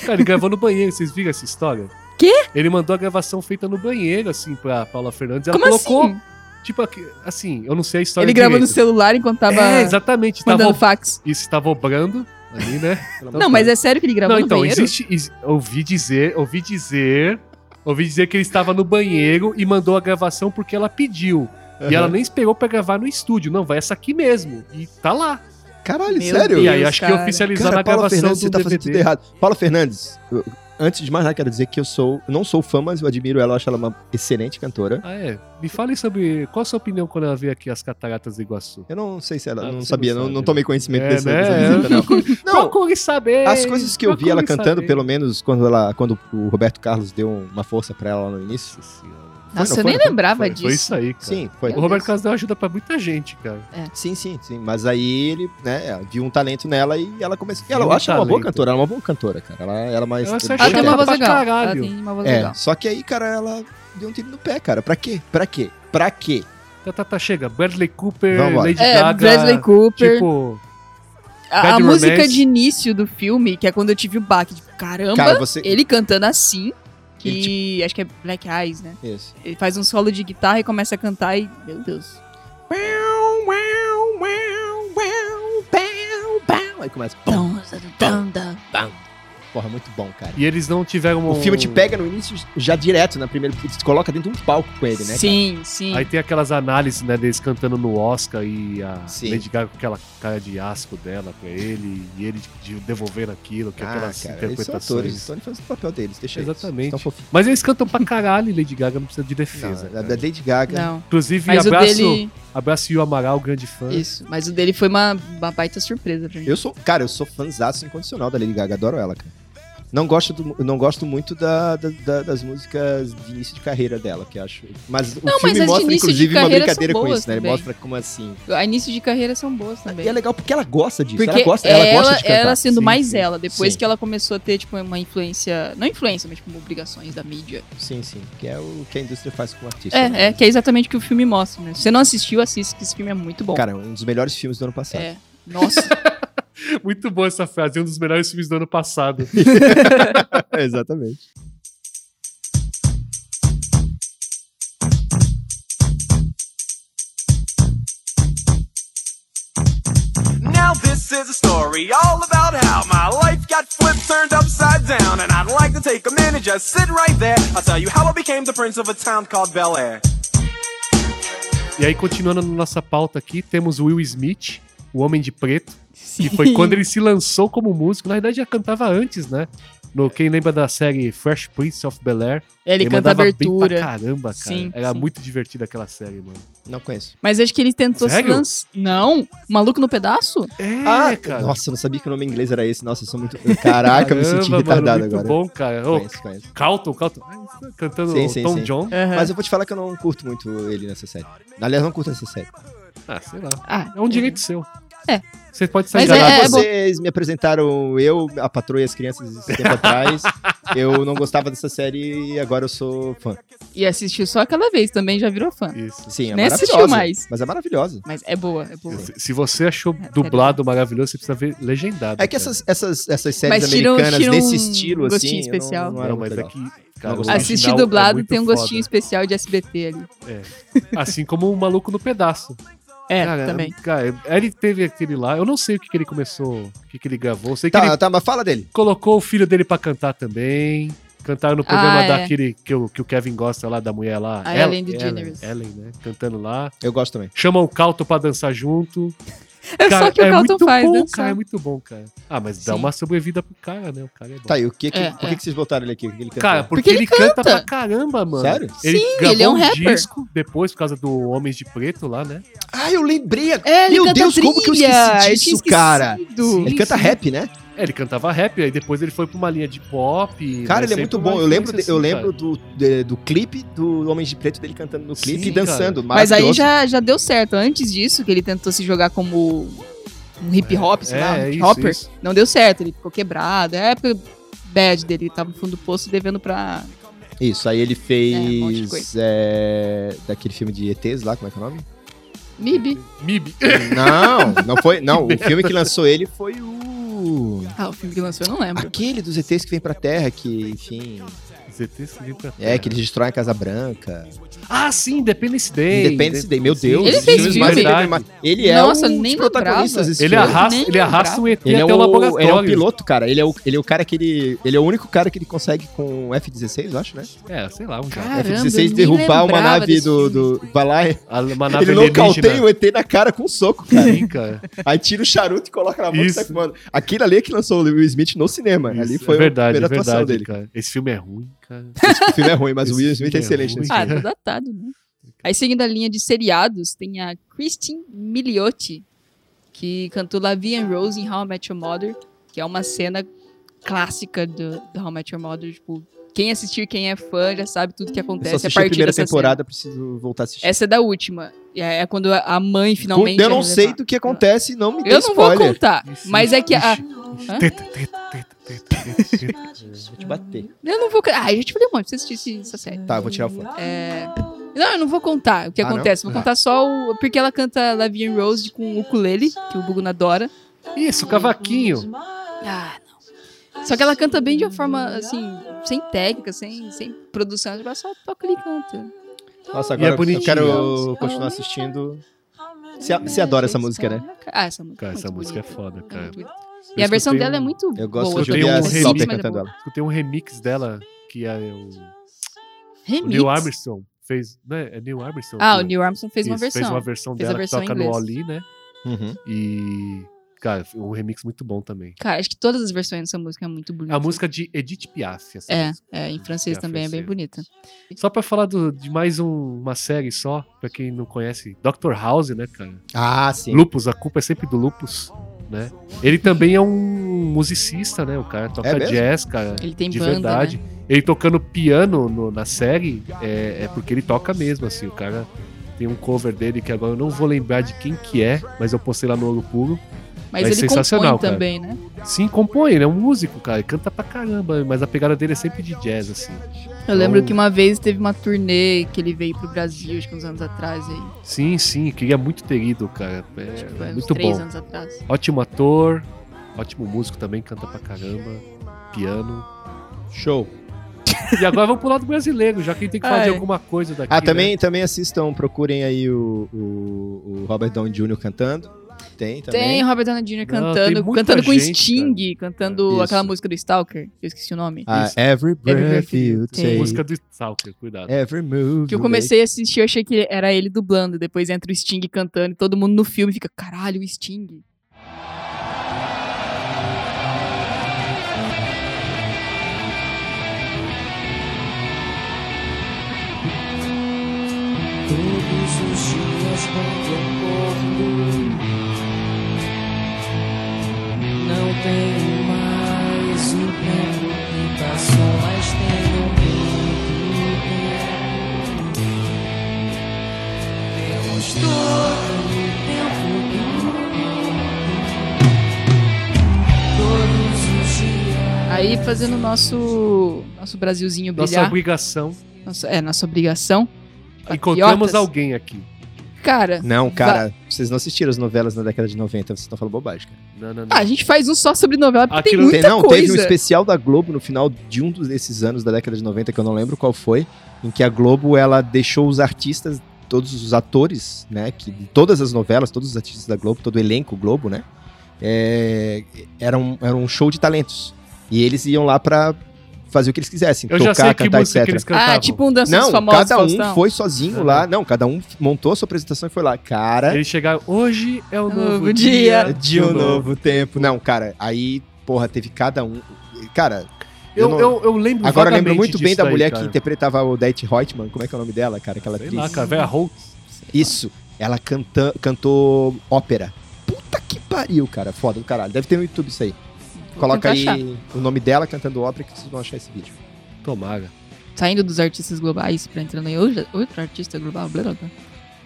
B: Cara, ele gravou no banheiro, vocês viram essa história?
A: Quê?
B: Ele mandou a gravação feita no banheiro, assim, pra Paula Fernandes. Ela
A: Como
B: colocou,
A: assim?
B: tipo, aqui- assim, eu não sei a história
A: Ele gravou no
B: direito.
A: celular enquanto tava
B: É, exatamente.
A: mandando
B: Tava,
A: fax.
B: isso, tava obrando ali, né?
A: Não, mas é sério que ele gravou
B: Não,
A: no
B: então,
A: banheiro?
B: existe... is- ouvi dizer, ouvi dizer... Ouvi dizer que ele estava no banheiro e mandou a gravação porque ela pediu. E ela nem esperou pra gravar no estúdio. Não, vai essa aqui mesmo. E tá lá.
C: Caralho,
A: Meu
C: sério?
A: Deus,
B: E aí, acho que
A: cara.
B: oficializar
C: Cara,
B: na
C: Paula
B: gravação
C: Fernandes,
B: do
C: você tá fazendo tudo
B: DVD.
C: errado. Paula Fernandes, eu- antes de mais nada, quero dizer que eu sou, eu não sou fã, mas eu admiro ela, eu acho ela uma excelente cantora.
B: Ah, é. Me fale sobre qual a sua opinião quando ela veio aqui às Cataratas do Iguaçu.
C: Eu não sei se ela,
B: Ah,
C: não
B: você
C: sabia,
B: não
C: não,
B: sabe,
C: não
B: né?
C: tomei conhecimento
B: É,
C: dessa,
B: né?
C: dessa visita, não. Não,
B: Procure saber!
C: As coisas que eu vi ela
B: procure
C: cantando,
B: saber.
C: pelo menos quando, ela, quando o Roberto Carlos deu uma força pra ela lá no início.
B: Nossa senhora.
C: Foi,
A: Nossa,
C: não
A: eu
C: foi?
A: nem
C: Foi-
A: lembrava
C: foi-
A: disso.
B: Foi isso aí, cara.
C: Sim, foi.
B: O Roberto Carlos deu ajuda pra muita gente, cara.
C: Sim, sim, sim. Mas aí ele, né, viu um talento nela e ela começou. E ela, eu
B: Viu um
C: acho ela uma boa
B: talento.
C: cantora, ela é uma boa cantora, cara. Ela, ela é mais.
B: Ela se
A: Ela tem uma
B: Chata
A: voz
B: pra
A: legal. Ela
B: caralho.
A: tem uma voz
C: É,
A: legal.
C: só que aí, cara, ela deu um tiro no pé, cara. Pra quê? Pra quê? Pra quê?
B: Tá, tá, tá, chega. Bradley Cooper,
C: Vambora.
B: Lady
A: É,
B: Gaga.
A: Bradley Cooper.
B: Tipo,
A: a
B: Bad
A: a
B: Romance.
A: música de início do filme, que é quando eu tive o baque, tipo, caramba,
C: Cara, tipo você.
A: ele cantando assim, que
C: Ele,
A: acho que é Black Eyes, né?
C: Isso.
A: Ele faz um solo de guitarra e começa a cantar e, meu Deus.
C: Aí começa. Pum.
A: Dun, dun, dun.
C: Porra, é muito bom, cara.
B: e eles não tiveram um...
C: O filme te pega no início já direto, na primeira. Te coloca dentro de um palco com ele, né?
A: Sim, sim.
B: Aí tem aquelas análises, né, deles cantando no Oscar e a
C: Sim.
B: Lady Gaga com aquela cara de asco dela pra ele e ele de- devolvendo aquilo, que é
C: Cara? Ah,
B: aquelas
C: cara, eles são atores,
B: interpretações.
C: estão ali fazendo o papel deles, deixa eles.
B: Exatamente.
C: Estão fofinhos.
B: Mas eles cantam pra caralho, e Lady Gaga não é. precisa de
C: Não, é
B: defesa.
C: a
B: cara.
C: da Lady Gaga.
A: Não,
B: Inclusive,
A: mas o
B: abraço,
A: dele.
B: abraço Yu Amaral, grande fã.
A: Isso, mas o dele foi uma, uma baita surpresa pra mim.
C: Eu sou, cara, eu sou fãzaço incondicional da Lady Gaga, adoro ela, cara. Não gosto, do- eu não gosto muito da- da- da- das músicas de início de carreira dela, que eu acho. Mas o
A: Não, mas as
C: filme
A: de
C: mostra,
A: início de
C: inclusive, uma
A: carreira são
C: brincadeira com
A: boas
C: isso, né? Ele
A: também.
C: mostra como assim.
A: A início de carreira são boas também.
C: E é legal porque ela gosta disso.
A: Porque
C: ela gosta,
A: ela,
C: ela, gosta de cantar.
A: ela sendo
C: Sim,
A: mais
C: sim.
A: ela, depois
C: Sim.
A: que ela começou a ter, tipo, uma influência. Não influência, mas como obrigações da mídia.
C: Sim, sim. Que é o que a indústria faz com o artista. né?
A: É, é, que é exatamente o que o filme mostra, né? Se você não assistiu, assiste, que esse filme é muito bom.
C: Cara, um dos melhores filmes do ano passado.
A: é. Nossa,
B: Muito boa essa frase, um dos melhores filmes do ano passado.
C: Exatamente.
F: Now this is a story all about how my life got flipped, turned upside down, and I'd like to take a minute, just sit right there. I'll tell you how I became the prince of a town called Bel Air.
B: E aí, continuando na nossa pauta aqui, temos o Will Smith, o Homem de Preto, que foi quando ele se lançou como músico. Na verdade, já cantava antes, né? No, quem lembra da série Fresh Prince of Bel-Air?
A: ele, canta
B: mandava Bem pra
A: abertura.
B: caramba, cara.
A: Sim,
B: Era
A: sim.
B: muito divertida aquela série, mano.
C: Não conheço.
A: Mas acho que ele tentou
B: Sério?
A: se lançar. Não, Um Maluco no Pedaço?
B: É,
A: Ah,
B: cara.
C: Nossa, eu não sabia que o nome em inglês era esse. Nossa, eu sou muito. Caraca, eu me senti
B: Caramba,
C: retardado
B: mano, muito
C: agora.
B: bom, cara. Ô,
C: Conheço, conheço.
B: Carlton, Carlton. Ah, Cantando
C: Sim, sim,
B: Tom
C: sim.
B: John.
A: É.
C: Mas eu vou te falar que eu não curto muito ele nessa série. Aliás, não curto essa série.
B: Ah, sei lá.
A: Ah,
B: É um direito seu.
A: É.
B: Você pode sair
A: Mas
C: Mas
B: da
A: é- é bom.
C: vocês me apresentaram eu, a patroa e as crianças esse tempo atrás. Eu não gostava dessa série e agora eu sou fã.
A: E assistiu só aquela vez também, já virou fã.
B: Isso.
C: Sim, é
A: Nem assistiu
C: maravilhosa.
A: mais.
C: Mas é maravilhosa.
A: Mas é boa, é boa.
B: Se- Se você achou
A: É,
B: dublado maravilhoso, você precisa ver legendado.
C: É que
B: cara.
C: essas, essas, essas séries
A: Mas tira um-
C: americanas
A: tira um
C: desse estilo, assim.
A: gostinho
C: eu não-
A: especial.
C: Não, era
B: Não,
C: muito
B: mas é
C: legal.
B: que. Cara,
C: Não
B: o
C: gostei.
A: Assistir
B: original é
A: dublado
B: muito
A: tem um
B: foda.
A: gostinho especial de SBT ali.
B: Assim como o maluco no pedaço.
A: É,
B: cara,
A: também.
B: Cara, ele teve aquele lá. Eu não sei o que, que ele começou, o que, que ele gravou. Eu sei que
C: Tá,
B: ele
C: tá, mas fala dele.
B: colocou o filho dele pra cantar também. Cantaram no programa
A: Ah, é.
B: daquele que o, que o Kevin gosta lá, da mulher lá.
A: A Ellen DeGeneres.
B: Ellen, né? Cantando lá.
C: Eu gosto também.
B: Chamam o Calto pra dançar junto.
A: É só que o Carlton
B: muito
A: faz,
B: bom,
A: né?
B: cara. É muito bom, cara. Ah, mas dá
A: Sim.
B: uma sobrevida pro cara, né? O cara é bom.
C: Tá, e o que, que-
A: É,
C: por
A: é.
C: que, que vocês botaram ele aqui? O que ele cantou?
B: Cara, porque,
A: Porque ele
B: ele canta.
A: canta.
B: pra caramba, mano.
C: Sério?
A: Sim, ele é um rapper.
B: disco depois, por causa do Homens de Preto lá, né?
C: ah, eu lembrei agora.
A: É, ele
C: Meu
A: canta
C: Deus, como que eu esqueci
A: trilha, eu
C: disso,
A: tinha
C: cara?
A: esquecido.
B: Sim.
C: Ele canta rap, né?
B: É, ele cantava rap, aí depois ele foi pra uma linha de pop.
C: Cara,
B: mas
C: ele é
B: sempre
C: muito
B: uma
C: bom. Eu lembro, de-
B: influência
C: eu
B: assim,
C: lembro
B: cara.
C: do, de- do clipe do Homem de Preto dele cantando no clipe
B: Sim,
C: e dançando.
A: Mas aí
C: maravilhoso.
A: já, já deu certo. Antes disso, que ele tentou se jogar como um hip hop, sei lá, um
B: É, é
A: hip
B: isso,
A: hopper,
B: isso.
A: não deu certo. Ele ficou quebrado. É a época bad dele, ele tava no fundo do poço devendo pra.
C: Isso, aí
A: É,
C: ele
A: um monte de
C: fez.
A: coisa.
C: é, daquele filme de ETs lá, como é que é o nome?
A: Mib.
B: Mib.
C: Não, não foi. Não, o filme que lançou ele foi o.
A: Ah, o filme que lançou eu não lembro.
C: Aquele dos ETs que vem pra Terra, que, enfim.
B: ZTs que vêm pra
C: É, que eles destroem a Casa Branca.
B: Ah, sim, Independence Day.
C: Independence Day, meu Deus.
A: Ele
C: esses
A: fez
C: filmes
A: filme.
C: mais-
B: Verdade.
C: Ele é
A: Nossa,
C: um
A: eu nem
C: dos protagonistas
A: lembrava.
C: desse
B: Ele
C: filme.
B: arrasta,
A: Nem
B: ele arrasta um ET
C: Ele é,
B: até o,
C: o,
B: laboratório.
C: ele é o piloto, cara. Ele é o, ele é o cara que ele. Ele é o único cara que ele consegue com o F-16, eu acho, né?
B: É, sei lá, um cara.
A: Caramba, eu
C: F-16
A: nem
C: derrubar uma
A: lembrava
C: nave
A: desse filme.
C: do, do. Vai lá.
B: A- Uma nave
C: Ele nocauteia o ET na cara com um soco, cara.
B: Sim, cara.
C: Aí tira o charuto e coloca na mão e
B: Isso.
C: sai fumando. Aquele ali é que lançou o Will Smith no cinema. ali
B: Isso,
C: foi
B: é verdade,
C: a primeira
B: é verdade,
C: atuação dele.
B: cara. Esse filme é ruim, cara.
C: O filme é ruim, mas o
B: Esse
C: Will Smith é
B: filme é
C: excelente
B: ruim.
C: nesse
A: Ah,
C: filme.
A: tá datado, né? Aí seguindo a linha de seriados, tem a Christine Milioti, que cantou La Vie en Rose em How I Met Your Mother, que é uma cena clássica do, do How I Met Your Mother. Tipo, quem assistir, quem é fã, já sabe tudo que
C: Eu só
A: acontece a
C: assisti a
A: partir
C: primeira
A: dessa
C: temporada, preciso voltar a assistir.
A: cena. Essa é da última. E É, é quando a- a mãe finalmente...
C: eu não
A: é
C: sei
A: levada.
C: do que acontece, não me dê
A: Eu não vou
C: spoiler.
A: contar,
B: Isso,
A: mas é que a...
B: ixi, ixi,
A: Hã?
B: Teta, teta, teta, teta, teta, teta.
C: Vou te bater.
A: Eu não vou... Ah, eu já te falei um monte pra você assistir esse- essa série.
C: Tá, vou tirar a foto.
A: É, Não, eu não vou contar o que
C: Ah, não?
A: acontece. Vou
C: Tá.
A: contar só o. Porque ela canta Lavian Rose com o ukulele, que o Buguna adora.
B: Isso, cavaquinho.
A: Ah, não. Só que ela canta bem de uma forma, assim, sem técnica, sem, sem produção. Ela só toca ali e canta.
C: Nossa,
B: E é
C: agora eu
B: bonitinho.
C: quero continuar assistindo. Você você adora essa música, né?
A: É, Ah, essa música.
B: Cara,
A: é muito
B: essa música é
A: bonita.
B: foda,
A: É
B: cara.
A: muito bonita. E
B: Eu
A: a versão
B: escutei
A: dela é
B: um-
A: muito boa.
C: Eu gosto de
B: eu
C: ouvir
B: tenho
C: a
B: um remix,
C: Stopper
A: mas é
C: cantando
A: boa.
C: ela.
B: Escutei um remix dela que é o, o
A: Remix.
B: Neil Armstrong fez. Né? É Neil Armstrong.
A: Ah, o
B: que-
A: Neil Armstrong fez uma
B: isso,
A: versão.
B: Fez uma versão
A: Fez a
B: dela
A: versão em
B: que toca
A: inglês.
B: no Oli, né?
C: Uhum.
B: E. Cara, um remix muito bom também.
A: Cara, acho que todas as versões dessa música é muito bonita.
B: A música de Edith Piaf. Essa
A: É,
B: música.
A: é, em francês
B: É
A: também é bem
B: francesa.
A: bonita.
B: Só pra falar do- de mais um- uma série só, pra quem não conhece, Dr. House, né, cara?
C: Ah, sim.
B: Lupus, a culpa é sempre do Lupus, né? Ele também é um musicista, né? O cara toca
C: É mesmo?
B: jazz, cara.
A: Ele tem
B: de
A: banda,
B: verdade.
A: né?
B: Ele tocando piano no- na série é, é porque ele toca mesmo, assim. O cara tem um cover dele que agora eu não vou lembrar de quem que é, mas eu postei lá no Ouro Puro.
A: Mas
B: É
A: ele compõe
B: sensacional, cara.
A: também, né?
B: Sim, compõe, ele é um músico, cara. Ele canta pra caramba, mas a pegada dele é sempre de jazz, assim.
A: Eu lembro
B: Então-
A: que uma vez teve uma turnê que ele veio pro Brasil, acho que uns anos atrás aí.
B: Sim, sim, queria muito ter ido, cara.
A: Tipo, é,
B: É,
A: uns
B: muito
A: três
B: bom.
A: anos atrás.
B: Ótimo ator, ótimo músico também, canta pra caramba. Piano.
C: Show.
B: E agora vamos pro lado brasileiro, já que a gente tem que falar
A: Ai.
B: de alguma coisa daqui.
C: Ah, também, também assistam, procurem aí o, o, o Robert Downey Jr. cantando. Tem também.
A: Tem Robert Downey Jr.
B: tem
A: cantando,
B: muita
A: cantando com
B: gente,
A: Sting, cantando
C: Isso.
A: aquela música do Stalker, eu esqueci o nome.
C: Ah,
B: Isso.
C: every breath
A: Breath
C: you
A: You
B: Né?
A: Tem.
C: take,
B: Música do Stalker, cuidado.
C: every move.
A: Que eu
C: you
A: comecei a assistir, eu achei que era ele dublando, depois entra o Sting cantando, e todo mundo no filme fica, caralho, o Sting.
G: Todos os dias quando acordo Não tenho mais o tempo que passou Mas tenho muito tempo Temos todo o tempo do mundo. Todos os dias
A: Aí fazendo o nosso, nosso Brasilzinho
B: Nossa
A: brilhar,
B: obrigação.
A: nossa- é, nossa obrigação.
B: Encontramos
A: Patriotas.
B: alguém aqui.
A: Cara,
C: Não, cara, vocês não assistiram as novelas na década de 90, vocês estão falando bobagem,
B: Não,
C: cara.
B: não, não.
A: ah, a gente faz um só sobre novela, porque
B: Aquilo-
A: tem muita
C: não,
A: coisa.
C: teve um especial da Globo no final de um dos- desses anos da década de 90, que eu não lembro qual foi, em que a Globo ela deixou os artistas, todos os atores, né, que de todas as novelas, todos os artistas da Globo, todo o elenco Globo, né, é, era, um, era um show de talentos. E eles iam lá pra fazer o que eles quisessem,
B: Eu já sei
C: tocar,
B: que
C: cantar,
B: música
C: etc.
B: que eles cantavam.
A: Ah, tipo um danças
C: Não,
A: famosos,
C: cada um
A: Faustão.
C: foi sozinho
B: Uhum.
C: lá. Não, cada um montou a sua apresentação e foi lá. Cara,
B: Eles chegaram, hoje é o
A: Novo
B: novo, dia
A: dia
C: de um novo tempo. Não, cara, aí, porra, teve cada um. Cara, Eu
B: Eu,
C: não-
B: eu, eu lembro
C: um agora eu lembro
B: vagamente
C: muito bem
B: disso
C: da
B: daí,
C: mulher
B: cara.
C: que interpretava o Dete Reutemann. Como é que é o nome dela, cara? Aquela
B: Sei
C: atriz.
B: lá, cara, velha Holtz.
C: Isso. Ela canta, cantou ópera. Puta que pariu, cara. Foda do caralho. Deve ter no YouTube isso aí.
A: Vou
C: Coloca
A: tentar
C: aí
A: achar.
C: o nome dela cantando ópera que vocês vão achar esse vídeo.
B: Tomara.
A: saindo dos artistas globais pra entrando em outra- é outro artista global, blá, blá, blá.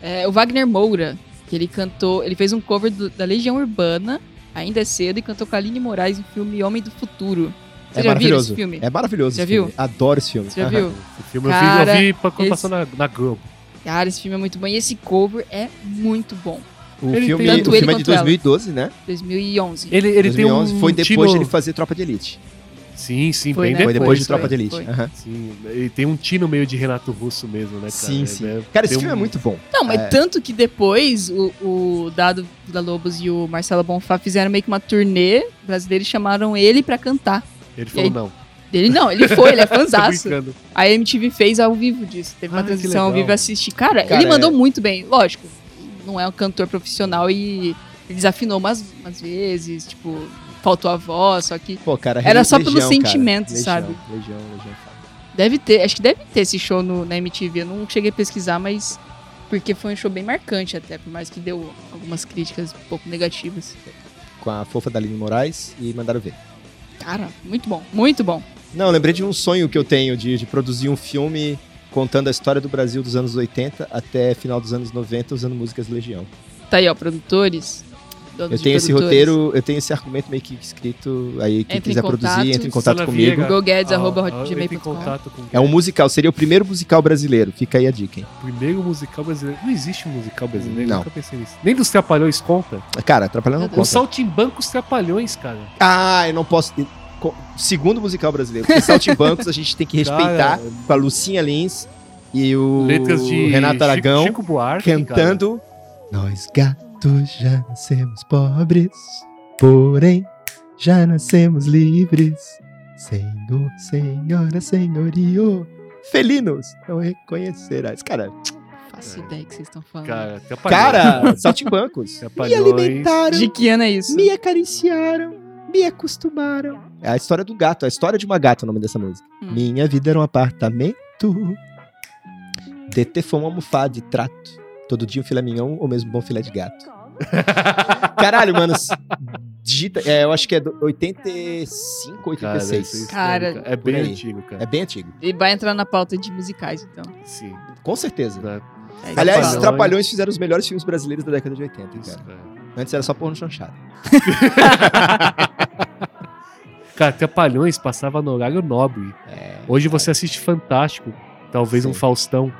A: É, o Wagner Moura, que ele cantou, ele fez um cover do- da Legião Urbana, ainda é cedo, e cantou com a Aline Moraes no filme Homem do Futuro. Você já
C: é
A: viu
C: maravilhoso.
A: esse filme?
C: É maravilhoso.
A: Já
C: esse
A: viu?
C: filme. Adoro esse filme.
A: Você já
C: Aham.
A: viu?
B: Esse filme
A: Cara,
B: eu vi, eu vi pra- quando
A: esse-
B: passou na, na Globo.
A: Cara, esse filme é muito bom e esse cover é muito bom.
C: O
B: Ele
C: filme,
B: tem-
C: o
A: Tanto ele
C: filme é de
A: quanto ela.
C: 2012, né?
A: 2011.
B: Ele, ele tem
C: 2011
B: um
C: foi depois
B: tino-
C: de ele fazer Tropa de Elite.
B: Sim, sim,
A: Foi,
B: bem
A: né?
C: Foi
B: depois.
C: depois de
A: foi,
C: Tropa de Elite.
A: foi.
C: aham.
B: Sim, e tem um tino meio de Renato Russo mesmo, né, cara?
C: Sim, sim.
B: É,
C: Cara, esse
B: tem
C: filme é
B: um-
C: muito bom.
A: Não, mas
C: É.
A: tanto que depois o, o Dado Vila Lobos e o Marcelo Bonfá fizeram meio que uma turnê brasileira e chamaram ele pra cantar.
B: Ele
A: E aí-
B: falou, não.
A: Ele não, ele foi, ele é
B: Tô
A: fanzaço.
B: brincando.
A: A MTV fez ao vivo disso. Teve uma
B: Ah, que
A: transmissão ao
B: legal.
A: vivo e assisti. Cara,
C: Cara,
A: ele mandou
C: é-
A: muito bem. Lógico, não é um cantor profissional e ele desafinou umas, umas vezes, tipo, faltou a voz, só que.
C: Pô, cara,
A: Era só
C: Legião,
A: pelo
C: cara.
A: sentimento,
C: Legião,
A: sabe?
C: Legião, Legião. cara.
A: Deve ter, acho que deve ter esse show no, na MTV. Eu não cheguei a pesquisar, mas. Porque foi um show bem marcante até, por mais que deu algumas críticas um pouco negativas.
C: Com a fofa da Aline Moraes e mandaram ver.
A: Cara, muito bom, muito bom.
C: Não, eu lembrei de um sonho que eu tenho de, de produzir um filme contando a história do Brasil dos anos 80 até final dos anos 90 usando músicas do Legião.
A: Tá aí, ó, produtores. donos
C: Eu
A: de
C: tenho esse
A: produtores.
C: roteiro, eu tenho esse argumento meio que escrito aí, quem
A: Entre em
C: quiser
A: contato.
C: produzir, entre em
B: Susana
C: contato comigo.
B: Viega.
A: Goguedes,
B: Ah,
A: É arroba,
B: ah, entra
A: hotmail
B: em
A: ponto com.
B: contato com
C: É um musical, seria o primeiro musical brasileiro, fica aí a dica, hein.
B: o primeiro musical brasileiro. Não existe um musical brasileiro,
C: Não.
B: nunca pensei nisso. Nem dos Trapalhões conta.
C: Cara, atrapalhando
A: Meu
C: não
A: Deus.
B: Os
C: conta.
B: Saltimbancos Trapalhões, cara.
C: Ah, eu não posso... co- Segundo musical brasileiro, porque Saltimbancos a gente tem que respeitar
B: Cara,
C: com a Lucinha Lins e o
B: letras de
C: Renato
B: Chico-
C: Aragão.
B: Chico Buarque, cara.
C: cantando. Nós gatos já nascemos pobres, porém já nascemos livres. Senhor, senhora, senhorio, felinos não reconhecerás. Cara,
A: Faço ideia que vocês estão falando.
B: Cara, Trapalhões.
C: cara, saltimbancos. Me
B: Trapalhões.
C: alimentaram,
A: De que ano é isso?
C: me acariciaram, me acostumaram. É a história do gato, a história de uma gata, o nome dessa música.
A: Hum.
C: Minha vida era um apartamento. DT foi uma almofada de trato. Todo dia um filé mignon ou mesmo bom filé de gato. Caralho, mano. s- Digita. é, eu acho que é do 85,
B: Cara,
C: 86.
B: isso é histórico,
A: Cara,
B: é
C: por
B: bem
C: aí.
B: antigo, cara.
C: É bem antigo.
A: E vai entrar na pauta de musicais, então.
C: É
A: É
B: Sim.
C: Com certeza.
B: Né?
A: Aí
C: Aliás,
A: fala.
C: os Trapalhões fizeram os melhores filmes brasileiros da década de 80,
B: Isso,
C: cara.
B: cara.
C: Antes era só porno chanchado.
B: Cara, Trapalhões passava no horário nobre. Hoje você assiste Fantástico, talvez
C: É, Sim.
B: um Faustão.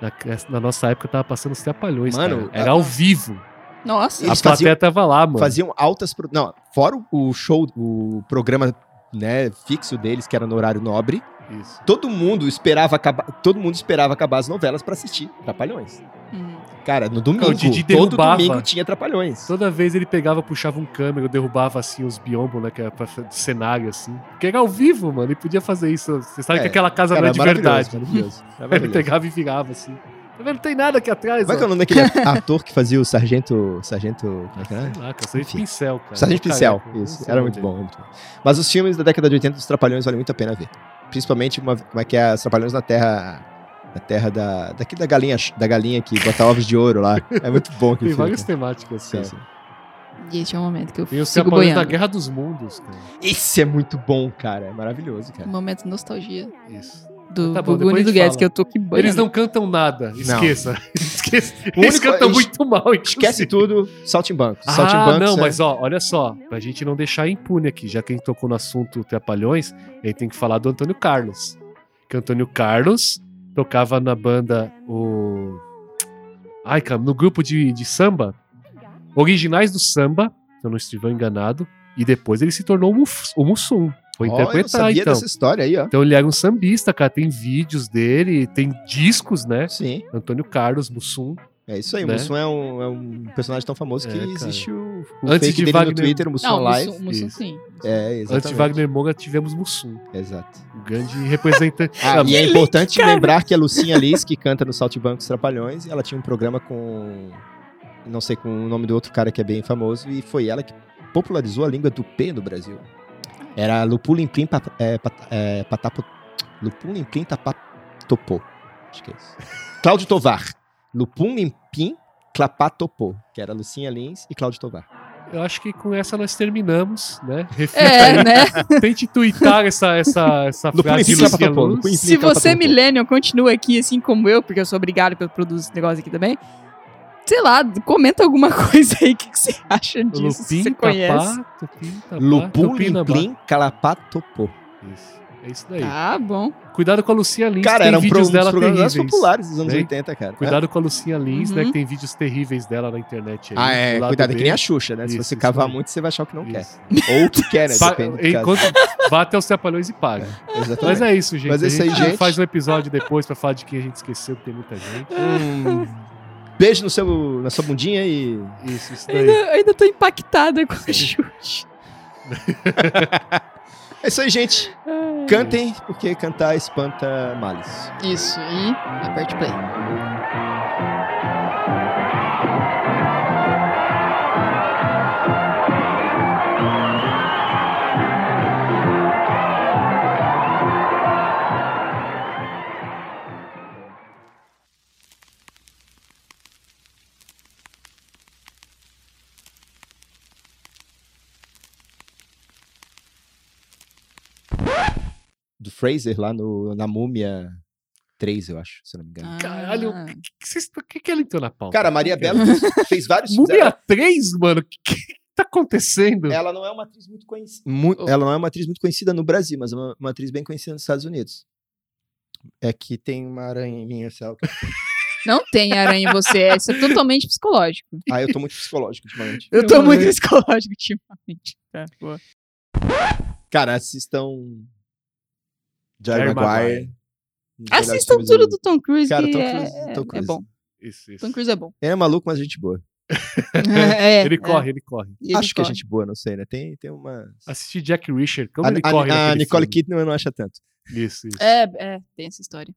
B: Na, na nossa época tava passando os Trapalhões,
C: Mano,
B: cara. Era
C: a-
B: ao vivo.
A: Nossa,
C: Eles
B: a plateia
C: faziam-
B: tava lá, mano.
C: Faziam altas. pro- Não, fora o- o show, o programa né, fixo deles, que era no horário nobre,
B: Isso.
C: todo mundo esperava acabar, todo mundo esperava acabar as novelas pra assistir Trapalhões.
A: Hum.
C: Cara, no domingo,
B: O Didi
C: todo
B: derrubava.
C: domingo tinha Trapalhões.
B: Toda vez ele pegava, puxava um câmera, derrubava assim os biombos, né? Que era pra, do cenário, assim. Porque era ao vivo, mano. Ele podia fazer isso. Você sabe
C: É,
B: que aquela casa não é de
C: maravilhoso,
B: verdade.
C: maravilhoso,
B: Ele
C: maravilhoso.
B: pegava e virava, assim. Tá vendo? Não tem nada aqui atrás,
C: Como é que é o
B: ó.
C: nome daquele ator que fazia o Sargento. Sargento. Como é que
B: Sei
C: era?
B: lá, cara, Sargento
C: Enfim.
B: Pincel, cara. é
C: Sargento
B: Tô
C: Pincel.
B: careca, não sei
C: Isso.
B: o
C: Era
B: nome
C: muito
B: dele.
C: bom, muito bom. Mas os filmes da década de 80 dos Trapalhões vale muito a pena ver. Principalmente uma, como é que é os Trapalhões na Terra. Na terra da. Daqui da galinha, da galinha que bota ovos de ouro lá. É muito bom
B: Tem
C: aquele filme.
B: várias temáticas,
C: Sim,
B: cara.
C: sim.
A: e este é o momento que eu
B: Tem os
A: fico
B: Trapalhões da
A: boiando.
B: Guerra dos Mundos, cara.
C: Esse é muito bom, cara. É maravilhoso, cara.
A: Um Momento de nostalgia
B: Isso.
A: do
B: Tá
A: tá
B: bom,
A: Gugu
B: depois a
A: e do
B: gente
A: Guedes,
B: fala.
A: que eu tô que banho.
B: Eles não cantam nada. Esqueça. Esqueça.
C: O
B: Eles
C: único-
B: cantam
C: es-
B: muito mal.
C: Esquece
B: inclusive.
C: tudo, saltimbancos.
B: Ah,
C: saltimbancos.
B: não,
C: é-
B: mas ó, olha só, pra gente não deixar impune aqui, já que a gente tocou no assunto Trapalhões, a gente tem que falar do Antônio Carlos. Que o Antônio Carlos tocava na banda o. Ai, cara, no grupo de, de samba, originais do samba, se eu não estiver enganado, e depois ele se tornou o, Muf, o Mussum.
C: Ó,
B: Foi
C: eu não
B: interpretar,
C: sabia
B: então.
C: dessa história aí, ó.
B: Então ele era um sambista, cara, tem vídeos dele, tem discos, né?
C: Sim,
B: Antônio Carlos, Mussum.
C: é isso aí.
B: Né?
C: O Mussum é um, é um personagem tão famoso
B: É,
C: que
B: cara.
C: existe o, o
B: Antes
C: fake
B: de
C: dele
B: Wagner-
C: no Twitter, o Mussum
A: Não,
C: Live.
A: Mussum, Mussum
B: Isso.
A: sim.
C: É,
B: Antes
C: exatamente.
B: de Wagner Moga, tivemos Mussum.
C: Exato.
B: O grande representante.
C: Ah, e é
A: link,
C: importante lembrar que a Lucinha Liz, que canta no Saltibancos Trapalhões, ela tinha um programa com. Não sei com o nome do outro cara que é bem famoso, e foi ela que popularizou a língua do P no Brasil. Era Lupulim Plim pa, é, pat, é, Patapo. Lupulim Plim Tapatopô. Acho que é isso. Cláudio Tovar. Lupulim Plim Clapatopô. Que era Lucinha Lins e Cláudio Tovar.
B: Eu acho que com essa nós terminamos, né? Reflita
A: É, né?
B: aí. Tente tweetar essa, essa, essa
C: No
B: frase de
C: Polifício
B: Luciano
C: Capapolo, no
B: Luz.
C: Polifício.
A: Se você, é millennial, continua aqui assim como eu, porque eu sou obrigado que eu produzo esse negócio aqui também, sei lá, comenta alguma coisa aí, o que, que você acha disso, se
B: Lupim,
A: você conhece.
B: tapá, tupim, tapá, tupim
C: Lupulim
B: na
C: Plim Clapatopô.
B: ba- Isso. É isso daí.
A: Tá bom.
B: Cuidado com a Lucinha Lins,
C: Cara,
B: tem
C: eram pro,
B: vídeos
C: uns
B: dela
C: programas mais
B: terríveis.
C: populares né? dos anos
B: Tem?
C: 80, cara.
B: Cuidado com a Lucinha Lins, né?
A: Uhum.
B: Que tem vídeos terríveis dela na internet aí.
C: Ah, é.
B: do lado
C: Cuidado, é que nem
B: dele.
C: a Xuxa, né?
B: Isso,
C: Se você
B: isso
C: cavar
B: aí.
C: muito, você vai achar o que não
B: Isso.
C: quer. Ou o que quer, né?
B: Pa-
C: Depende do caso.
B: enquanto, Vá até os Trapalhões e pague. Mas
C: Exatamente.
B: é isso, gente.
C: Mas é isso
B: a
C: aí,
B: gente,
C: gente. É,
B: faz um episódio depois pra falar de quem a gente esqueceu, que tem muita gente. é-
C: Beijo no seu, na sua bundinha e.
B: Isso, isso
A: Ainda,
B: daí.
A: ainda tô impactada com a chute.
C: É isso aí, gente. Cantem, porque cantar espanta males.
A: Isso, e aperte play.
C: do Fraser lá no, na Múmia 3, eu acho, se eu não me engano.
B: Caralho.
A: Ah.
B: O que, vocês- que, que ela entrou na pauta?
C: Cara, a Maria Bela fez vários
B: Ah. Múmia 3, mano? O que, que tá acontecendo?
C: Ela não é uma atriz muito conhecida.
B: Oh.
C: Ela não é uma atriz muito conhecida no Brasil, mas é uma, uma atriz bem conhecida nos Estados Unidos. É que tem uma aranha em mim, essa é o que-
A: Não tem aranha em você, isso é totalmente psicológico.
C: Ah, eu tô muito psicológico ultimamente.
A: Eu tô muito psicológico ultimamente. Tá, boa.
C: Cara, assistam. Jerry
B: Jerry
C: Maguire.
B: Maguire.
C: Um dos melhores
A: Assistam
C: filmes
A: tudo do Tom Cruise,
C: Cara,
A: que
C: Tom
A: é,
C: Cruise, Tom
A: é
C: Cruise.
A: bom.
B: Isso, isso.
A: Tom Cruise é bom.
C: Ele é maluco, mas gente boa.
A: É,
B: Ele
A: é,
B: corre, ele corre.
A: e ele
C: acho que é
A: corre.
C: gente boa, não sei, né? Tem, tem uma.
B: Assistir Jack Richard, como
C: a
B: ele
C: a-
B: Assim, corre
C: a
B: naquele
C: Nicole
B: filme.
C: Kidman eu não acho tanto.
B: Isso, isso.
A: É, é, tem essa história.